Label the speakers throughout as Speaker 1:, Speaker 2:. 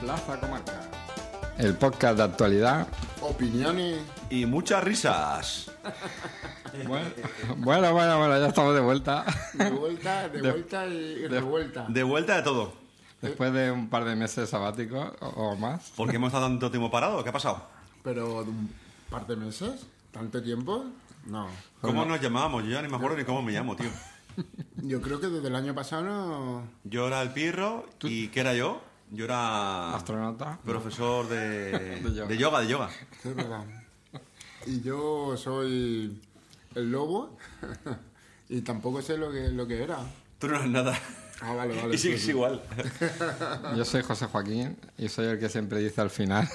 Speaker 1: Plaza Comarca.
Speaker 2: El podcast de actualidad.
Speaker 1: Opiniones.
Speaker 3: Y muchas risas.
Speaker 2: Bueno, bueno, bueno, bueno, ya estamos de vuelta.
Speaker 1: De vuelta, de, vuelta y revuelta.
Speaker 3: De vuelta de todo.
Speaker 2: Después de un par de meses sabáticos o, o más.
Speaker 3: ¿Por qué hemos estado tanto tiempo parado? ¿Qué ha pasado?
Speaker 1: Pero de un par de meses, tanto tiempo, no.
Speaker 3: ¿Cómo nos llamábamos? Yo ya ni me acuerdo ni cómo me llamo, tío.
Speaker 1: Yo creo que desde el año pasado no...
Speaker 3: Yo era el pirro y ¿qué era yo? Yo
Speaker 1: Ah.
Speaker 3: era
Speaker 2: Astronauta.
Speaker 3: profesor de,
Speaker 2: De yoga.
Speaker 3: de yoga, de yoga.
Speaker 1: Sí, es verdad. Y yo soy el lobo y tampoco sé lo que, lo que era.
Speaker 3: Tú no eres nada.
Speaker 1: Ah, vale, vale.
Speaker 3: Y sigues
Speaker 1: sí, sí.
Speaker 3: igual.
Speaker 2: Yo soy José Joaquín y soy el que siempre dice al final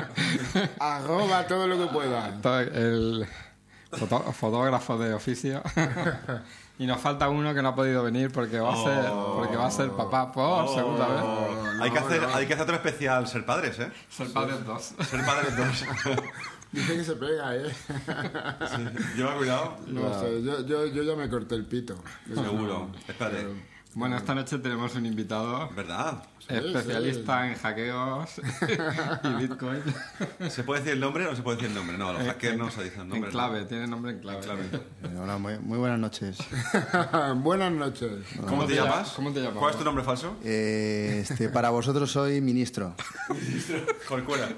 Speaker 1: Arroba todo lo que pueda.
Speaker 2: Todo el foto- fotógrafo de oficio. Y nos falta uno que no ha podido venir porque va a ser,
Speaker 1: Oh.
Speaker 2: porque va a ser papá por segunda vez.
Speaker 3: hay, que hacer, hay que hacer otro especial, ser padres, ¿eh?
Speaker 2: Ser padre dos.
Speaker 3: Ser padres dos.
Speaker 1: Dice que se pega, ¿eh?
Speaker 3: Lleva cuidado.
Speaker 1: No sé, yo, yo, yo ya me corté el pito.
Speaker 3: Seguro. Espérate.
Speaker 2: Bueno, esta noche tenemos un invitado
Speaker 3: ¿Verdad?
Speaker 2: especialista en hackeos y Bitcoin.
Speaker 3: ¿Se puede decir el nombre o no se puede decir el nombre? No, los hackers no se dicen
Speaker 2: En
Speaker 3: nombre.
Speaker 2: clave, tiene nombre en clave.
Speaker 4: Eh, hola, muy, muy buenas noches.
Speaker 1: Buenas noches.
Speaker 3: ¿Cómo te
Speaker 2: llama-
Speaker 3: llamas?
Speaker 2: cómo te llamas?
Speaker 3: ¿Cuál es tu nombre falso?
Speaker 4: Eh, este, para vosotros soy ministro.
Speaker 3: Corcuera.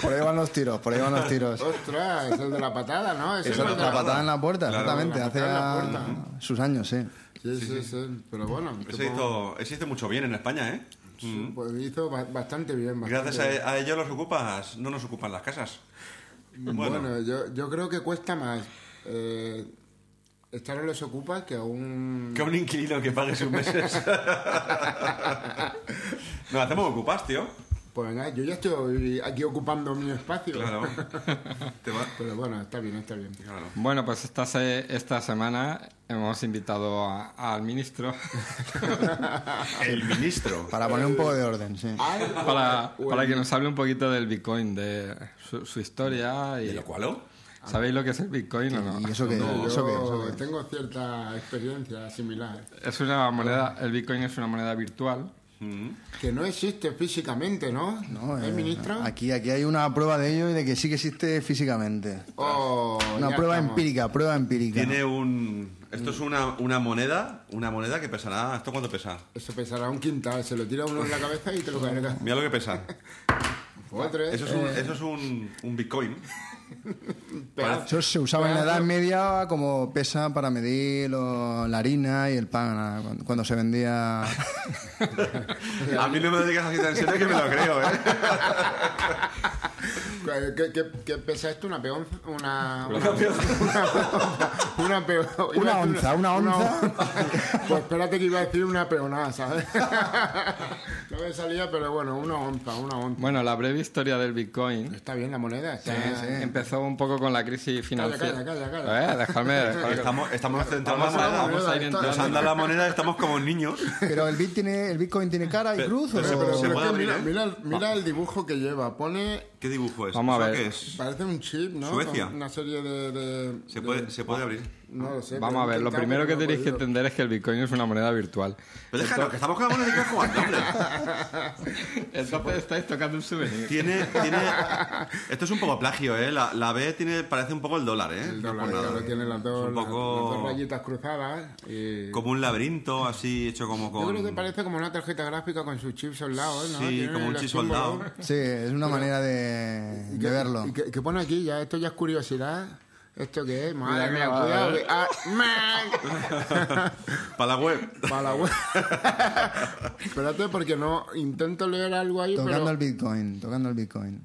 Speaker 4: Por ahí van los tiros, por ahí van los tiros.
Speaker 1: Ostras, es el de la patada, ¿no? Es
Speaker 4: Esa-
Speaker 1: el de
Speaker 4: la patada en la puerta,
Speaker 3: Claro,
Speaker 4: exactamente,
Speaker 1: la
Speaker 4: hace
Speaker 1: patada en la
Speaker 4: ya sus años, sí.
Speaker 1: Sí, sí, sí. Pero bueno,
Speaker 3: Ese
Speaker 1: tipo,
Speaker 3: hizo, ese hizo mucho bien en España, ¿eh?
Speaker 1: sí, pues hizo ba- bastante bien. bastante
Speaker 3: Gracias a, a ellos los ocupas, no nos ocupan las casas. Ah,
Speaker 1: bien. Bueno, yo, yo creo que cuesta más eh, estar en los ocupas que a un...
Speaker 3: Que un inquilino que pague sus meses. Nos hacemos ocupas, tío.
Speaker 1: Pues venga, yo ya estoy aquí ocupando mi espacio.
Speaker 3: Claro. Te va-
Speaker 1: Pero bueno, está bien, está bien.
Speaker 3: claro.
Speaker 2: Bueno, pues esta, se- esta semana hemos invitado a- al ministro
Speaker 3: El ministro.
Speaker 4: Para poner un poco de orden, sí.
Speaker 1: Ah,
Speaker 2: para, para que nos hable un poquito del Bitcoin, de su, su historia.
Speaker 3: ¿Y
Speaker 2: Y,
Speaker 3: lo cual?
Speaker 2: ¿Sabéis lo que es el Bitcoin o no?
Speaker 4: ¿Y eso qué?
Speaker 1: Yo
Speaker 4: ¿Eso qué? ¿Eso qué?
Speaker 1: tengo cierta experiencia similar.
Speaker 2: Es una moneda, el Bitcoin es una moneda virtual.
Speaker 3: Mm.
Speaker 1: Que no existe físicamente, ¿no?
Speaker 4: No,
Speaker 1: ¿Eh,
Speaker 4: eh,
Speaker 1: ministro?
Speaker 4: aquí, aquí hay una prueba de ello y de que sí que existe físicamente.
Speaker 1: Oh,
Speaker 4: Una
Speaker 1: ya
Speaker 4: prueba
Speaker 1: estamos.
Speaker 4: empírica, prueba empírica.
Speaker 3: Tiene un. Esto es una, una moneda. Una moneda que pesará. ¿Esto cuánto pesa?
Speaker 1: Eso pesará un quintal, se lo tira uno en la cabeza y te lo carga.
Speaker 3: Mira lo que pesa.
Speaker 1: Otro, ¿eh?
Speaker 3: Eso es un, eso es un, un bitcoin.
Speaker 1: Pedazo.
Speaker 4: Eso se usaba en la Edad Media como pesa para medir lo- la harina y el pan cuando- cuando se vendía
Speaker 3: A mí no me lo digas así tan serio que me lo creo, ¿eh?
Speaker 1: ¿Qué, qué, qué pesa esto? ¿Una peonza? Una, una, una, una peo- iba a decir
Speaker 4: onza, una onza.
Speaker 1: Pues espérate que iba a decir una peonada, ¿sabes? No me salía, pero bueno, una onza, una onza.
Speaker 2: Bueno, la breve historia del Bitcoin
Speaker 1: Está bien la moneda. Está,
Speaker 2: eh, empezó un poco con la crisis financiera.
Speaker 1: Calla, calla, calla, calla.
Speaker 2: Eh, dejadme, dejadme.
Speaker 3: Estamos, estamos centrados en
Speaker 2: a-
Speaker 3: la moneda.
Speaker 2: vamos a ir
Speaker 1: Está-
Speaker 3: Nos han dado la moneda, estamos como niños.
Speaker 4: Pero el, bit tiene, el Bitcoin tiene cara y cruz
Speaker 3: pero-
Speaker 4: o...
Speaker 1: Pero,
Speaker 3: Se
Speaker 1: pero
Speaker 3: puede
Speaker 1: que
Speaker 3: abrir,
Speaker 1: mira,
Speaker 3: ¿eh?
Speaker 1: mira el- mira el dibujo que lleva. Pone.
Speaker 3: ¿Qué dibujo es?
Speaker 2: Vamos a
Speaker 3: ¿Eso
Speaker 2: ver.
Speaker 3: qué es?
Speaker 1: Parece un chip, ¿no?
Speaker 3: Suecia.
Speaker 1: Con una serie de. de-
Speaker 3: Se puede,
Speaker 1: de-
Speaker 3: se puede abrir.
Speaker 1: no lo sé.
Speaker 2: Vamos
Speaker 1: pero
Speaker 2: a ver, lo
Speaker 1: intentamos,
Speaker 2: primero que
Speaker 1: no he
Speaker 2: tenéis que
Speaker 1: podido.
Speaker 2: entender es que el Bitcoin es una moneda virtual.
Speaker 3: Pero déjalo, que estamos con la moneda y que jugando, hombre.
Speaker 2: Entonces estáis tocando un souvenir.
Speaker 3: Tiene, tiene... Esto es un poco plagio, ¿eh? La, la B tiene, parece un poco el dólar, ¿eh?
Speaker 1: El
Speaker 3: No por
Speaker 1: dólar,
Speaker 3: nada.
Speaker 1: claro, tiene las dos,
Speaker 3: Es un
Speaker 1: las-
Speaker 3: poco-
Speaker 1: las dos rayitas cruzadas. y-
Speaker 3: Como un laberinto, así hecho como
Speaker 1: Yo creo que
Speaker 3: con...
Speaker 1: parece como una tarjeta gráfica con sus chips soldados, ¿no?
Speaker 3: Sí,
Speaker 1: Tiene
Speaker 3: como un
Speaker 1: los
Speaker 3: chip
Speaker 1: símbolos.
Speaker 3: soldado.
Speaker 4: Sí, es una manera de,
Speaker 1: ¿Y
Speaker 4: de
Speaker 1: qué-
Speaker 4: verlo.
Speaker 1: ¿Y qué, qué pone aquí? ya Esto ya es curiosidad. ¿Esto qué es? Madre
Speaker 2: Mira,
Speaker 1: mía,
Speaker 2: mira,
Speaker 1: cuidado.
Speaker 2: madre.
Speaker 1: que- ah, man.
Speaker 3: Para la web.
Speaker 1: Para la web. Espérate, porque no intento leer algo ahí,
Speaker 4: Tocando el
Speaker 1: pero...
Speaker 4: Bitcoin, tocando el Bitcoin.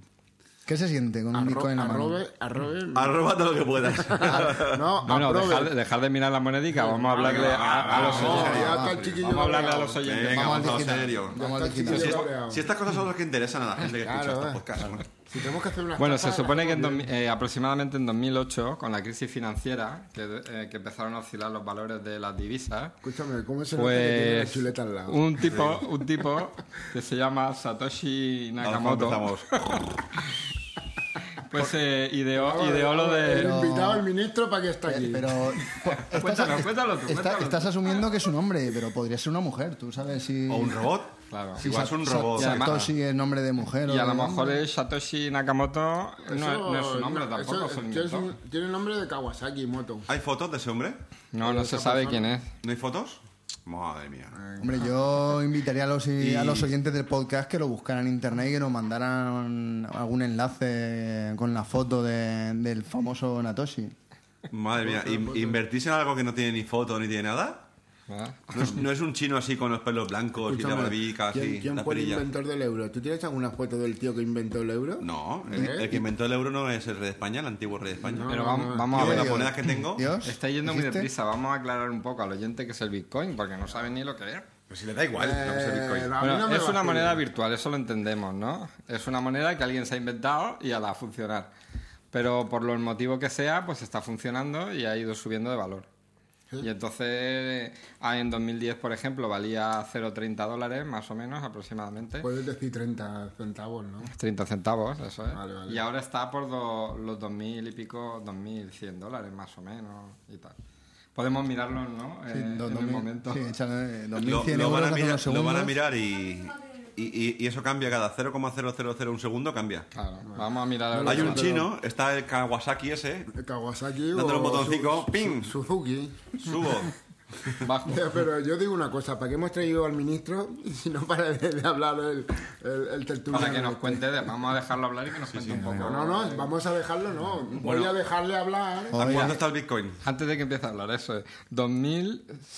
Speaker 4: ¿Qué se siente con un
Speaker 1: Arro-
Speaker 4: Bitcoin en la mano?
Speaker 1: arrobe- arrobe-
Speaker 3: Arroba todo lo que puedas.
Speaker 2: Ah,
Speaker 3: Ah,
Speaker 1: no,
Speaker 2: No, no,
Speaker 1: aprobe.
Speaker 2: dejad, dejad de mirar la monedica, vamos a hablarle a, a los
Speaker 1: No,
Speaker 2: oyentes.
Speaker 1: ya está el chiquillo
Speaker 2: Vamos a hablarle a
Speaker 1: cabreado.
Speaker 2: los oyentes.
Speaker 3: Venga,
Speaker 4: Vamos al
Speaker 3: vamos a
Speaker 4: digital.
Speaker 3: serio.
Speaker 4: Vamos
Speaker 1: Ya
Speaker 4: al
Speaker 1: está el
Speaker 4: digital.
Speaker 3: Si, es-
Speaker 1: cabreado.
Speaker 3: si estas cosas son las que interesan a la gente que escucha
Speaker 1: Claro,
Speaker 3: estos
Speaker 1: eh.
Speaker 3: podcasts, ¿no?
Speaker 1: Si tenemos que hacer una
Speaker 2: Bueno, se supone que en dos mil- eh, aproximadamente en 2008, con la crisis financiera, que, eh, que empezaron a oscilar los valores de las divisas,
Speaker 1: Escúchame, ¿cómo se nota que tiene la
Speaker 2: pues
Speaker 1: chuleta al lado?
Speaker 2: un tipo, un tipo que se llama Satoshi
Speaker 3: Ahora
Speaker 2: Nakamoto,
Speaker 3: empezamos.
Speaker 2: Pues eh, ideó, ideó lo
Speaker 1: El
Speaker 2: de...
Speaker 1: invitado al ministro para que está aquí.
Speaker 4: Pero po- estás-
Speaker 2: Cuéntalo, cuéntalo tú,
Speaker 4: está-
Speaker 2: cuéntalo tú.
Speaker 4: Estás asumiendo que es un hombre, pero podría ser una mujer, tú sabes si...
Speaker 3: O un robot.
Speaker 2: Claro.
Speaker 4: si
Speaker 3: Igual
Speaker 4: Sa-
Speaker 3: es un
Speaker 4: Sa-
Speaker 3: robot.
Speaker 2: y además-
Speaker 4: Satoshi es nombre de mujer. o
Speaker 2: Y a
Speaker 4: de
Speaker 2: lo mejor
Speaker 4: hombre.
Speaker 2: es Satoshi Nakamoto no, es-
Speaker 1: Eso-
Speaker 2: no es su nombre
Speaker 1: no,
Speaker 2: tampoco,
Speaker 1: eso-
Speaker 2: se lo
Speaker 1: tiene
Speaker 2: inventó.
Speaker 1: su- Tiene el nombre de Kawasaki Moto.
Speaker 3: ¿Hay fotos de ese hombre?
Speaker 2: No, no se
Speaker 1: esa
Speaker 2: sabe
Speaker 1: persona.
Speaker 2: quién es.
Speaker 3: ¿No hay fotos? Madre mía.
Speaker 4: Hombre, yo invitaría a los, a los oyentes del podcast que lo buscaran en internet y que nos mandaran algún enlace con la foto de- del famoso Natoshi.
Speaker 1: Eh.
Speaker 3: Madre mía. ¿in- ¿Invertís en algo que no tiene ni foto ni tiene nada?
Speaker 2: ¿verdad?
Speaker 3: ¿No es, no es un chino así con los pelos blancos y la
Speaker 1: Escúchame,
Speaker 3: barbica así?
Speaker 1: ¿Quién, quién
Speaker 3: la
Speaker 1: fue el
Speaker 3: perilla?
Speaker 1: inventor del euro? ¿Tú tienes alguna foto del tío que inventó el euro?
Speaker 3: No, el,
Speaker 1: ¿Eh?
Speaker 3: el que inventó el euro no es el rey de España, el antiguo rey de España.
Speaker 2: Pero
Speaker 1: no,
Speaker 2: vamos,
Speaker 1: no.
Speaker 2: vamos a
Speaker 3: Yo
Speaker 2: ver.
Speaker 3: la moneda que tengo.
Speaker 4: Dios,
Speaker 2: Está yendo muy
Speaker 4: ¿dijiste?
Speaker 2: deprisa, vamos a aclarar un poco al oyente que es el Bitcoin, porque no sabe ni lo que es.
Speaker 3: Pues si le da igual. no, pues el
Speaker 1: Eh,
Speaker 3: Bitcoin.
Speaker 1: a mí
Speaker 2: Bueno,
Speaker 1: no me
Speaker 2: es una
Speaker 1: vacile.
Speaker 2: moneda virtual, eso lo entendemos, ¿no? Es una moneda que alguien se ha inventado y la va a funcionar. Pero por lo motivo que sea, pues está funcionando y ha ido subiendo de valor. Y entonces, ah, en 2010, por ejemplo, valía 0,30 dólares, más o menos, aproximadamente.
Speaker 1: Puedes decir 30 centavos, ¿no?
Speaker 2: 30 centavos, eso es.
Speaker 1: Vale, vale.
Speaker 2: Y ahora está por do- los 2.000 y pico, 2.100 dólares, más o menos, y tal. Podemos mirarlo, ¿no? Eh,
Speaker 4: Sí,
Speaker 2: en
Speaker 4: dos
Speaker 2: el
Speaker 4: mil-
Speaker 2: momento.
Speaker 4: sí, eh, échale,
Speaker 3: Lo,
Speaker 4: 2100
Speaker 3: lo van a
Speaker 4: euros hace
Speaker 3: mirar,
Speaker 4: unos
Speaker 3: lo van a
Speaker 4: segundos.
Speaker 3: mirar y, y, y- y eso cambia cada 0,000 un segundo, cambia.
Speaker 2: Claro, vamos a mirar ahora.
Speaker 3: Hay un
Speaker 1: pero-
Speaker 3: chino, está el Kawasaki ese,
Speaker 1: Kawasaki
Speaker 3: Dándole un
Speaker 1: o
Speaker 3: botoncito, ¡ping!
Speaker 1: Suzuki.
Speaker 3: subo.
Speaker 2: Bajo.
Speaker 1: Eh, Pero yo digo una cosa, ¿para qué hemos traído al ministro si no para de, de hablar el, el, el tertuliano?
Speaker 2: Para que nos cuente, de- vamos a dejarlo hablar y que nos cuente un poco.
Speaker 1: No, no, no, vamos a dejarlo, no. Voy a dejarle hablar.
Speaker 3: ¿A
Speaker 4: Oye.
Speaker 3: cuánto está el Bitcoin?
Speaker 2: Antes de que empiece a hablar, eso es.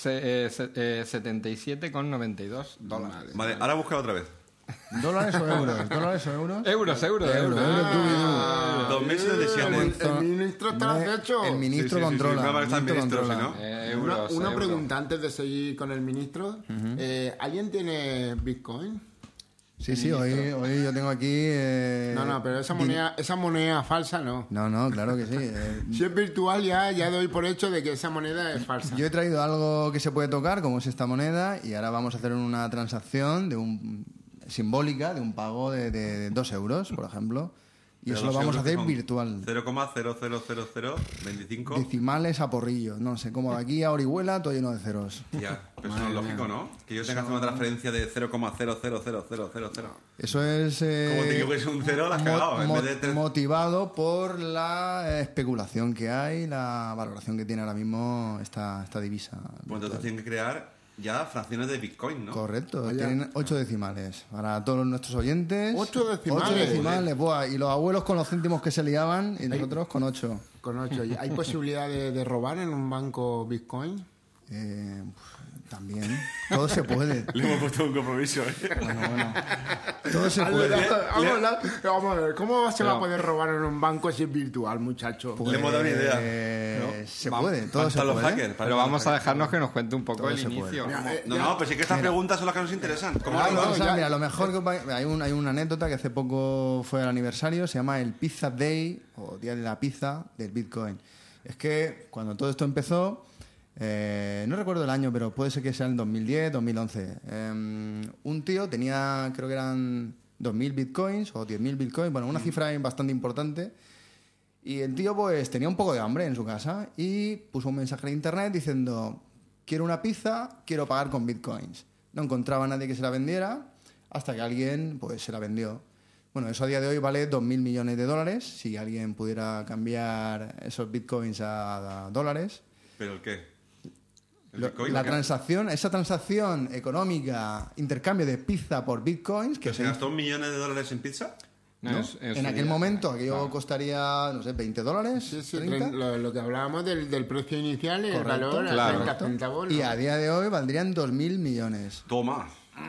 Speaker 2: eh, 2.077,92 dólares.
Speaker 3: Vale, ahora busca otra vez.
Speaker 4: ¿Dólares o euros? ¿Dólares o euros?
Speaker 2: Euros, euros, euros.
Speaker 4: Euros, euros, tú y tú.
Speaker 1: Ah, eh,
Speaker 3: 2077.
Speaker 1: el- El, ministro está
Speaker 4: Hombre,
Speaker 1: hecho.
Speaker 4: El
Speaker 3: Sí, sí,
Speaker 4: ministro
Speaker 3: sí, sí,
Speaker 4: controla.
Speaker 3: claro,
Speaker 4: el
Speaker 3: está el
Speaker 4: ministro
Speaker 3: ministro, si no.
Speaker 4: controla.
Speaker 2: Eh,
Speaker 1: Una,
Speaker 2: euros,
Speaker 1: una
Speaker 2: euros.
Speaker 1: pregunta antes de seguir con el ministro. Eh, ¿Alguien tiene Bitcoin?
Speaker 4: Sí, sí, hoy, hoy yo tengo aquí... eh,
Speaker 1: No, no, pero esa
Speaker 4: di-
Speaker 1: moneda, esa moneda falsa no.
Speaker 4: No, no, claro que sí. eh,
Speaker 1: Si es virtual ya, ya doy por hecho de que esa moneda es falsa.
Speaker 4: Yo he traído algo que se puede tocar, como es esta moneda, y ahora vamos a hacer una transacción de un simbólica, de un pago de, de, de dos euros, por ejemplo. Y eso lo vamos a hacer virtual.
Speaker 3: 0,00025.
Speaker 4: Decimales a porrillo. No sé, como de aquí a Orihuela, todo lleno de ceros.
Speaker 3: Ya, pero eso no es lógico, ¿no? Que yo tenga que hacer una transferencia de 0,00000.
Speaker 4: Eso es... eh,
Speaker 3: Como te equivoques un cero, la has
Speaker 4: mo-
Speaker 3: cagado. En
Speaker 4: mo-
Speaker 3: vez de tres-
Speaker 4: Motivado por la especulación que hay, la valoración que tiene ahora mismo esta, esta divisa.
Speaker 3: Pues entonces tienen que crear ya fracciones de Bitcoin, ¿no?
Speaker 4: Correcto,
Speaker 1: Vaya.
Speaker 4: tienen ocho decimales. Para todos nuestros oyentes.
Speaker 1: Ocho decimales.
Speaker 4: Ocho decimales, buah, Y los abuelos con los céntimos que se liaban y nosotros con ocho.
Speaker 1: Con ocho. ¿Hay posibilidad de, de robar en un banco Bitcoin?
Speaker 4: Eh, uf, también. Todo se puede.
Speaker 3: Le hemos puesto un compromiso, ¿eh?
Speaker 4: Bueno, bueno. Todo se
Speaker 3: Ah,
Speaker 1: Vamos
Speaker 4: puede.
Speaker 1: a hablar- vamos a ver, ¿cómo se va a poder robar en un banco si es virtual, muchacho?
Speaker 4: Pues,
Speaker 3: Le hemos dado una idea,
Speaker 4: Eh, Se puede, todo se
Speaker 3: Hasta los
Speaker 4: puede.
Speaker 3: hackers. para
Speaker 2: Pero
Speaker 3: los
Speaker 2: vamos a
Speaker 3: hackers.
Speaker 2: dejarnos que nos cuente un poco
Speaker 4: Todo
Speaker 2: el
Speaker 4: se puede.
Speaker 2: inicio.
Speaker 1: Mira,
Speaker 2: ¿cómo-
Speaker 1: eh,
Speaker 3: No,
Speaker 1: ya-
Speaker 3: no, pero si es que estas preguntas son las que nos interesan. ¿Cómo
Speaker 4: Ah,
Speaker 3: hablo?
Speaker 4: no, o sea,
Speaker 1: ya-
Speaker 4: mira, lo mejor que va- hay un, hay un anécdota que hace poco fue el aniversario, se llama el Pizza Day o Día de la Pizza del Bitcoin. Es que cuando todo esto empezó, eh, no recuerdo el año, pero puede ser que sea en 2010, 2011. eh, un tío tenía, creo que eran 2.000 bitcoins o 10.000 bitcoins, bueno, una cifra bastante importante. Y el tío pues tenía un poco de hambre en su casa y puso un mensaje en internet diciendo, quiero una pizza, quiero pagar con bitcoins. No encontraba a nadie que se la vendiera hasta que alguien pues se la vendió. Bueno, eso a día de hoy vale 2.000 millones de dólares, si alguien pudiera cambiar esos bitcoins a, a dólares.
Speaker 3: ¿Pero el qué? ¿El
Speaker 4: Lo-
Speaker 3: Bitcoin?
Speaker 4: la
Speaker 3: ¿Qué?
Speaker 4: transacción, esa transacción económica, intercambio de pizza por bitcoins, que
Speaker 3: ¿Que se
Speaker 4: se,
Speaker 3: gastó millones de dólares en pizza?
Speaker 2: no,
Speaker 4: ¿no?
Speaker 2: es- es
Speaker 4: en
Speaker 2: un
Speaker 4: aquel
Speaker 2: día.
Speaker 4: momento, aquello costaría, no sé, 20 dólares,
Speaker 1: Sí, sí,
Speaker 4: 30.
Speaker 1: tren- lo, lo que hablábamos del, del precio inicial, el
Speaker 4: Correcto.
Speaker 1: valor a
Speaker 2: Claro.
Speaker 1: 30 centavos.
Speaker 4: Y
Speaker 1: ¿no?
Speaker 4: a día de hoy valdrían 2.000 millones.
Speaker 3: Toma.
Speaker 4: Eh,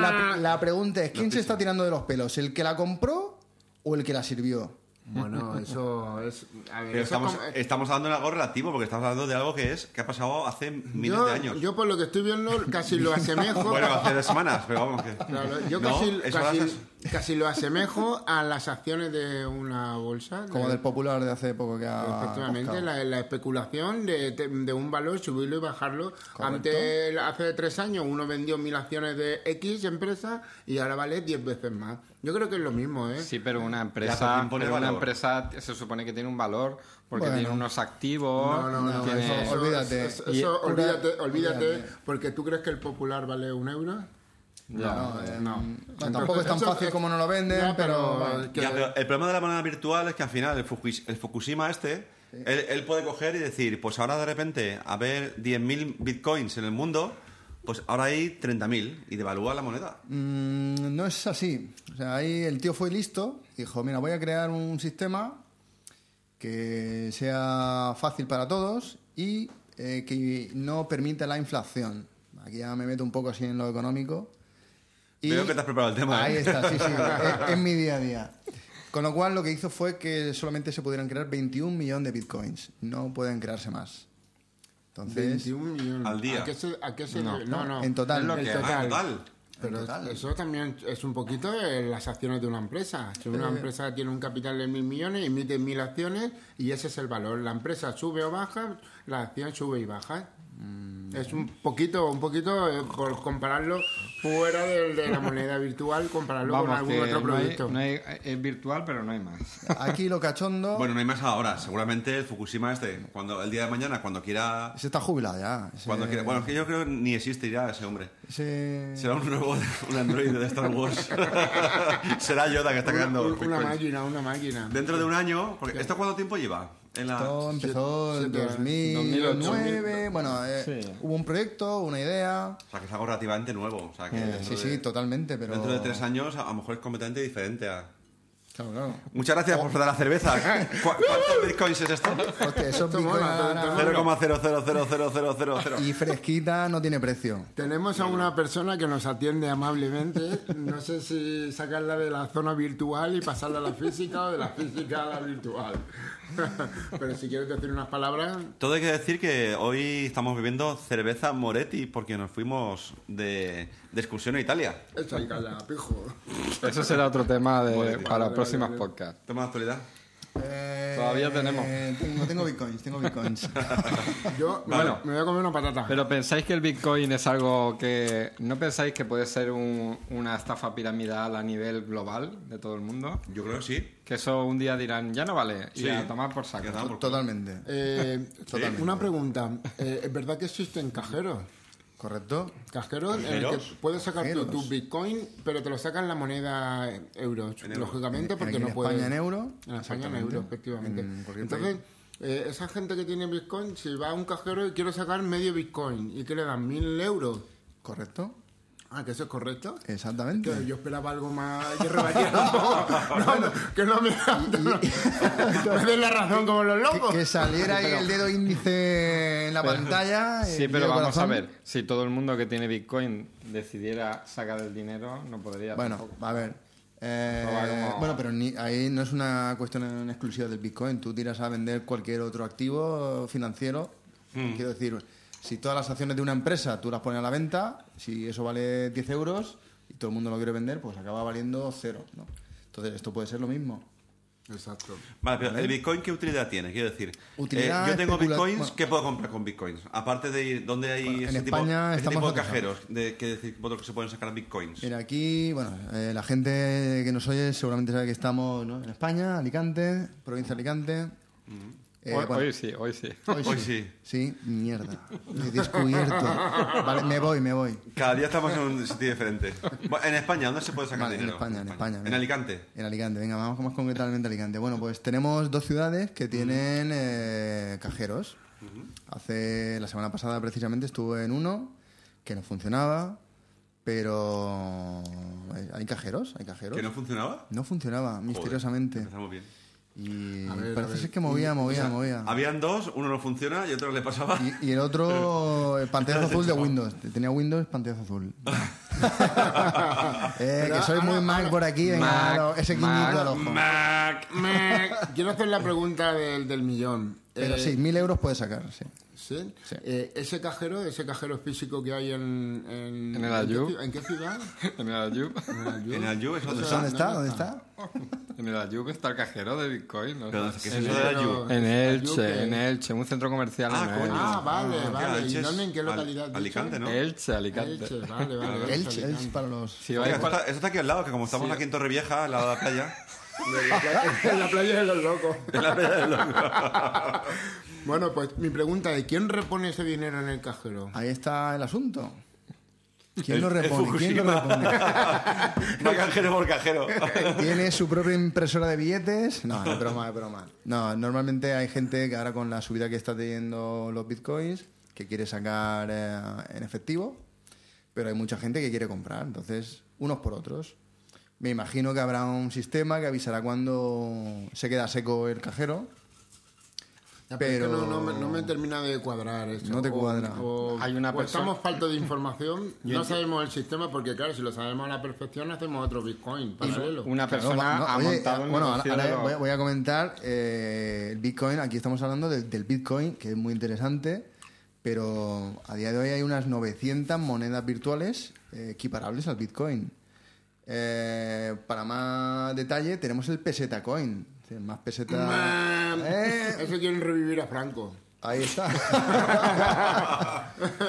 Speaker 4: La, la pregunta es, ¿quién se está tirando de los pelos? ¿El que la compró o el que la sirvió?
Speaker 1: Bueno, eso es. A ver, eso
Speaker 3: Pero estamos,
Speaker 1: como- eh,
Speaker 3: estamos hablando de algo relativo, porque estamos hablando de algo que es que ha pasado hace miles
Speaker 1: yo,
Speaker 3: de años.
Speaker 1: yo por lo que estoy viendo casi lo asemejo.
Speaker 3: Bueno, hace dos semanas, pero vamos que.
Speaker 1: Claro, yo
Speaker 3: No,
Speaker 1: casi,
Speaker 3: eso
Speaker 1: casi-
Speaker 3: haces-
Speaker 1: Casi lo asemejo a las acciones de una bolsa.
Speaker 4: Como
Speaker 1: de-
Speaker 4: del popular de hace poco que ha.
Speaker 1: Eh. Pues, Efectivamente,
Speaker 4: cascado.
Speaker 1: la, la especulación de, de un valor, subirlo y bajarlo.
Speaker 4: Correcto.
Speaker 1: Antes, hace tres años, uno vendió mil acciones de X empresa y ahora vale diez veces más. Yo creo que es lo mismo, ¿eh?
Speaker 2: Sí, pero una
Speaker 3: Ya,
Speaker 2: empresa,
Speaker 3: también pone
Speaker 2: pero una
Speaker 3: valor.
Speaker 2: empresa t- se supone que tiene un valor porque
Speaker 4: Bueno.
Speaker 2: tiene unos activos.
Speaker 1: No, no, no,
Speaker 2: tiene-
Speaker 1: eso- eso-
Speaker 4: olvídate.
Speaker 1: eso-
Speaker 2: Y-
Speaker 1: eso, olvídate,
Speaker 4: Olvídate.
Speaker 1: olvídate, porque tú crees que el popular vale un euro.
Speaker 2: Ya.
Speaker 4: No, eh,
Speaker 1: No.
Speaker 4: no, tampoco es tan
Speaker 1: Entonces,
Speaker 4: fácil
Speaker 1: eso-
Speaker 4: como no lo venden,
Speaker 1: Ya,
Speaker 4: pero.
Speaker 1: que-
Speaker 3: Ya, pero el problema de la moneda virtual es que al final el, Fukush- el Fukushima este, él, él puede coger y decir, pues ahora de repente, a ver 10.000 bitcoins en el mundo, pues ahora hay 30.000 y devalúa la moneda.
Speaker 4: Mm, no es así. O sea, ahí el tío fue listo, dijo, mira, voy a crear un sistema que sea fácil para todos y eh, que no permita la inflación. Aquí ya me meto un poco así en lo económico.
Speaker 3: Veo que te has preparado el tema,
Speaker 4: Ahí
Speaker 3: ¿eh?
Speaker 4: está, sí, sí, es, es mi día a día. Con lo cual, lo que hizo fue que solamente se pudieran crear 21 millones de bitcoins. No pueden crearse más. Entonces,
Speaker 1: 21 millones.
Speaker 3: Al día.
Speaker 1: ¿A qué se- a qué se- no, no,
Speaker 4: en total.
Speaker 1: Es lo
Speaker 4: En
Speaker 1: que-
Speaker 3: Ah, total.
Speaker 1: Pero
Speaker 4: total.
Speaker 1: eso también es un poquito eh, las acciones de una empresa. Si
Speaker 2: Eh.
Speaker 1: una empresa tiene un capital de mil millones, emite mil acciones y ese es el valor. La empresa sube o baja, la acción sube y baja.
Speaker 2: Mm,
Speaker 1: Es un poquito, un poquito, eh, por compararlo fuera del- de, la moneda virtual, compararlo con
Speaker 2: Vamos,
Speaker 1: algún
Speaker 2: que
Speaker 1: otro
Speaker 2: no hay-
Speaker 1: producto.
Speaker 2: no hay- es virtual, pero no hay más.
Speaker 4: aquí lo cachondo
Speaker 3: Bueno, no hay más ahora. Seguramente el Fukushima este, cuando el día de mañana, cuando quiera...
Speaker 4: se está jubilado ya. Ese-
Speaker 3: Cuando quiera bueno, es que yo creo que ni existe ya ese hombre.
Speaker 4: ese-
Speaker 3: Será un robot, un androide de Star Wars. Será Yoda que está
Speaker 1: Una,
Speaker 3: creando
Speaker 1: una
Speaker 3: bitcoins.
Speaker 1: máquina, una máquina.
Speaker 3: Dentro de un año... Porque, ¿Esto cuánto tiempo lleva? En la-
Speaker 4: Todo empezó en
Speaker 1: siete-
Speaker 4: 2009. Bueno, eh,
Speaker 2: Sí.
Speaker 4: hubo un proyecto, una idea.
Speaker 3: O sea, que es algo relativamente nuevo. O sea, que
Speaker 4: eh,
Speaker 3: dentro
Speaker 4: sí, sí,
Speaker 3: de-
Speaker 4: totalmente, pero.
Speaker 3: Dentro de tres años, a a lo mejor es completamente diferente a...
Speaker 4: Claro, claro.
Speaker 3: Muchas gracias
Speaker 4: Oh.
Speaker 3: por dar la cerveza. ¿Cu- ¿Cuántos bitcoins es esto?
Speaker 4: Hostia, eso es
Speaker 1: Esto mola,
Speaker 4: Bitcoin
Speaker 1: todo-
Speaker 4: ahora-
Speaker 1: todo-
Speaker 3: 0,000000.
Speaker 4: Y fresquita no tiene precio.
Speaker 1: Tenemos a una persona que nos atiende amablemente. No sé si sacarla de la zona virtual y pasarla a la física o de la física a la virtual. Pero si quieres decir unas palabras,
Speaker 3: Todo hay que decir que hoy estamos bebiendo cerveza Moretti porque nos fuimos de, de excursión a Italia.
Speaker 1: echa y calla, pijo.
Speaker 2: Eso será otro tema de- para
Speaker 1: vale,
Speaker 2: próximas
Speaker 1: vale.
Speaker 2: podcasts.
Speaker 3: Tema de actualidad.
Speaker 4: Eh,
Speaker 2: Todavía tenemos.
Speaker 4: Tengo, tengo bitcoins, tengo bitcoins.
Speaker 1: Yo me-
Speaker 2: Bueno.
Speaker 1: me voy a comer una patata.
Speaker 2: Pero pensáis que el Bitcoin es algo que... ¿No pensáis que puede ser un- una estafa piramidal a nivel global de todo el mundo?
Speaker 3: Yo creo que sí.
Speaker 2: Que eso un día dirán, ya no vale, y
Speaker 3: Sí.
Speaker 2: a tomar por saco.
Speaker 3: Ya está, por-
Speaker 4: Totalmente.
Speaker 1: Eh, una pregunta. Eh, ¿Es verdad que existen cajeros?
Speaker 4: ¿Correcto?
Speaker 1: Cajeros en el que
Speaker 3: ¿Cajeros?
Speaker 1: puedes sacar tú
Speaker 4: Cajeros.
Speaker 1: tu Bitcoin, pero te lo sacan la moneda euro,
Speaker 3: En euro.
Speaker 1: lógicamente, porque
Speaker 4: Aquí en
Speaker 1: no Ah. puedes.
Speaker 4: España en euro.
Speaker 1: En España en
Speaker 4: Exactamente.
Speaker 1: euros, efectivamente.
Speaker 4: En cualquier
Speaker 1: Entonces, eh, esa gente que tiene Bitcoin, si va a un cajero y quiere sacar medio Bitcoin, ¿y que le dan? ¿Mil euros?
Speaker 4: ¿Correcto?
Speaker 1: Ah, que eso es correcto.
Speaker 4: Eh, Exactamente.
Speaker 1: Que yo esperaba algo más. que rebatiera un poco. No, no, que no me. no, no me den la razón como los
Speaker 4: Que,
Speaker 1: locos.
Speaker 4: que saliera ahí el dedo índice en la pantalla.
Speaker 2: Sí,
Speaker 4: el
Speaker 2: pero
Speaker 4: dedo
Speaker 2: vamos
Speaker 4: corazón.
Speaker 2: a ver. Si todo el mundo que tiene Bitcoin decidiera sacar el dinero, no podría.
Speaker 4: Bueno,
Speaker 2: tampoco.
Speaker 4: a ver. eh,
Speaker 2: No va como-
Speaker 4: Bueno, pero ni- ahí no es una cuestión en exclusiva del Bitcoin. Tú tiras a vender cualquier otro activo financiero.
Speaker 2: Mm.
Speaker 4: Quiero decir, si todas las acciones de una empresa tú las pones a la venta, si eso vale 10 euros y todo el mundo lo quiere vender, pues acaba valiendo cero. ¿no? Entonces, esto puede ser lo mismo.
Speaker 1: Exacto.
Speaker 3: Vale, pero ¿el Bitcoin qué utilidad tiene? Quiero decir,
Speaker 4: Utilidad
Speaker 3: eh, yo tengo
Speaker 4: especula-
Speaker 3: Bitcoins,
Speaker 4: bueno.
Speaker 3: ¿qué puedo comprar con Bitcoins? Aparte de ir, ¿dónde hay
Speaker 4: Bueno, en
Speaker 3: ese, tipo,
Speaker 4: España
Speaker 3: ese
Speaker 4: estamos
Speaker 3: tipo de
Speaker 4: atrasados.
Speaker 3: cajeros de, que decir vosotros que se pueden sacar Bitcoins?
Speaker 4: Mira, aquí, bueno, eh, la gente que nos oye seguramente sabe que estamos ¿no? en España, Alicante, provincia de Alicante. Eh,
Speaker 2: hoy,
Speaker 4: bueno,
Speaker 2: hoy sí, hoy sí.
Speaker 3: Hoy Mm. sí.
Speaker 4: Sí, mierda. He descubierto. Vale, me voy, me voy.
Speaker 3: Cada día estamos en un sitio diferente. Bueno, En España, ¿dónde se puede sacar
Speaker 4: Vale, en
Speaker 3: dinero?
Speaker 4: España, en España.
Speaker 3: En
Speaker 4: mira.
Speaker 3: Alicante.
Speaker 4: En Alicante, venga, vamos más concretamente a Alicante. Bueno, pues tenemos dos ciudades que tienen
Speaker 3: Mm.
Speaker 4: eh, cajeros.
Speaker 3: Mm-hmm.
Speaker 4: Hace la semana pasada precisamente estuve en uno que no funcionaba, pero eh, hay cajeros, hay cajeros.
Speaker 3: ¿Que no funcionaba?
Speaker 4: No funcionaba misteriosamente.
Speaker 3: Empezamos bien.
Speaker 4: Y
Speaker 1: A ver, a
Speaker 4: parece
Speaker 1: ver.
Speaker 4: ser que movía, movía, movía.
Speaker 3: Habían dos, uno no funciona y otro le pasaba.
Speaker 4: Ah. Y, y el otro, el pantallazo azul de Windows. Tenía Windows, pantallazo azul. eh, que
Speaker 1: Pero
Speaker 4: soy muy
Speaker 1: ahora-
Speaker 4: Mac
Speaker 1: ahora-
Speaker 4: por aquí, venga,
Speaker 2: Mac,
Speaker 4: lo- ese
Speaker 2: Mac,
Speaker 4: guiñito al ojo.
Speaker 3: Ah,
Speaker 1: Mac, Mac. Quiero hacer la pregunta del, del millón.
Speaker 4: Pero
Speaker 1: Eh,
Speaker 4: sí, mil euros puede sacar, sí.
Speaker 1: ¿Sí?
Speaker 4: Sí.
Speaker 1: Eh, ese cajero, ese cajero físico que hay en... ¿En,
Speaker 2: En el Ayub.
Speaker 1: qué ci- ¿En qué ciudad?
Speaker 2: En el Ayub.
Speaker 1: En el Ayub.
Speaker 3: En el Juve es donde
Speaker 1: O sea,
Speaker 3: está.
Speaker 4: ¿Dónde está? ¿Dónde está?
Speaker 2: En el Ayub está el cajero de Bitcoin. ¿no?
Speaker 3: Pero, ¿qué es
Speaker 2: En
Speaker 3: eso
Speaker 2: el-
Speaker 3: del Ayub?
Speaker 2: En
Speaker 1: Ayub,
Speaker 2: Elche, en
Speaker 1: ¿eh?
Speaker 2: Elche, un centro comercial
Speaker 3: Ah,
Speaker 2: en
Speaker 3: coño.
Speaker 2: Elche.
Speaker 1: Ah, vale,
Speaker 3: Ah,
Speaker 1: vale.
Speaker 3: Elche
Speaker 1: ¿Y
Speaker 3: es
Speaker 1: dónde, en qué
Speaker 3: Al-
Speaker 1: localidad? dicho?
Speaker 3: Alicante, ¿no?
Speaker 2: Elche, pues, Alicante.
Speaker 1: Elche, vale, vale.
Speaker 3: Elche,
Speaker 4: Elche, Elche
Speaker 1: Alicante.
Speaker 4: para los...
Speaker 2: Si vais
Speaker 3: Mira, esto,
Speaker 2: para-
Speaker 3: está, esto está aquí al lado, que como estamos aquí en Torrevieja, al lado de la playa.
Speaker 1: En la playa de los locos. bueno, pues mi pregunta es, ¿quién repone ese dinero en el cajero?
Speaker 4: Ahí está el asunto. ¿Quién
Speaker 3: El-
Speaker 4: lo
Speaker 3: el
Speaker 4: repone? ¿Quién lo
Speaker 3: Fukushima.
Speaker 4: repone?
Speaker 3: No cajero por cajero.
Speaker 4: Tiene su propia impresora de billetes. No, es broma, es broma. No, normalmente hay gente que ahora con la subida que está teniendo los bitcoins, que quiere sacar eh, en efectivo, pero hay mucha gente que quiere comprar, entonces, unos por otros. Me imagino que habrá un sistema que avisará cuando se queda seco el cajero.
Speaker 1: Ya, pero es que
Speaker 4: Pero-
Speaker 1: no, no me, no me termina de cuadrar esto.
Speaker 4: No te
Speaker 1: O-
Speaker 4: cuadra.
Speaker 1: O,
Speaker 2: Hay una
Speaker 1: o
Speaker 2: persona-
Speaker 1: estamos falta de información, no sabemos el sistema, porque claro, si lo sabemos a la perfección, hacemos otro Bitcoin paralelo.
Speaker 2: Una
Speaker 4: Claro,
Speaker 2: persona
Speaker 4: no,
Speaker 2: ha
Speaker 4: oye, eh,
Speaker 2: montado el
Speaker 4: bueno, ahora,
Speaker 2: negocio de
Speaker 4: ahora
Speaker 2: los-
Speaker 4: voy, voy a comentar eh, el Bitcoin. Aquí estamos hablando del, del Bitcoin, que es muy interesante, pero a día de hoy hay unas 900 monedas virtuales eh, equiparables al Bitcoin. Eh, para más detalle, tenemos el peseta coin. Sí, Más peseta.
Speaker 1: Mm,
Speaker 4: Eh,
Speaker 1: Eso quieren revivir a Franco.
Speaker 4: ahí está.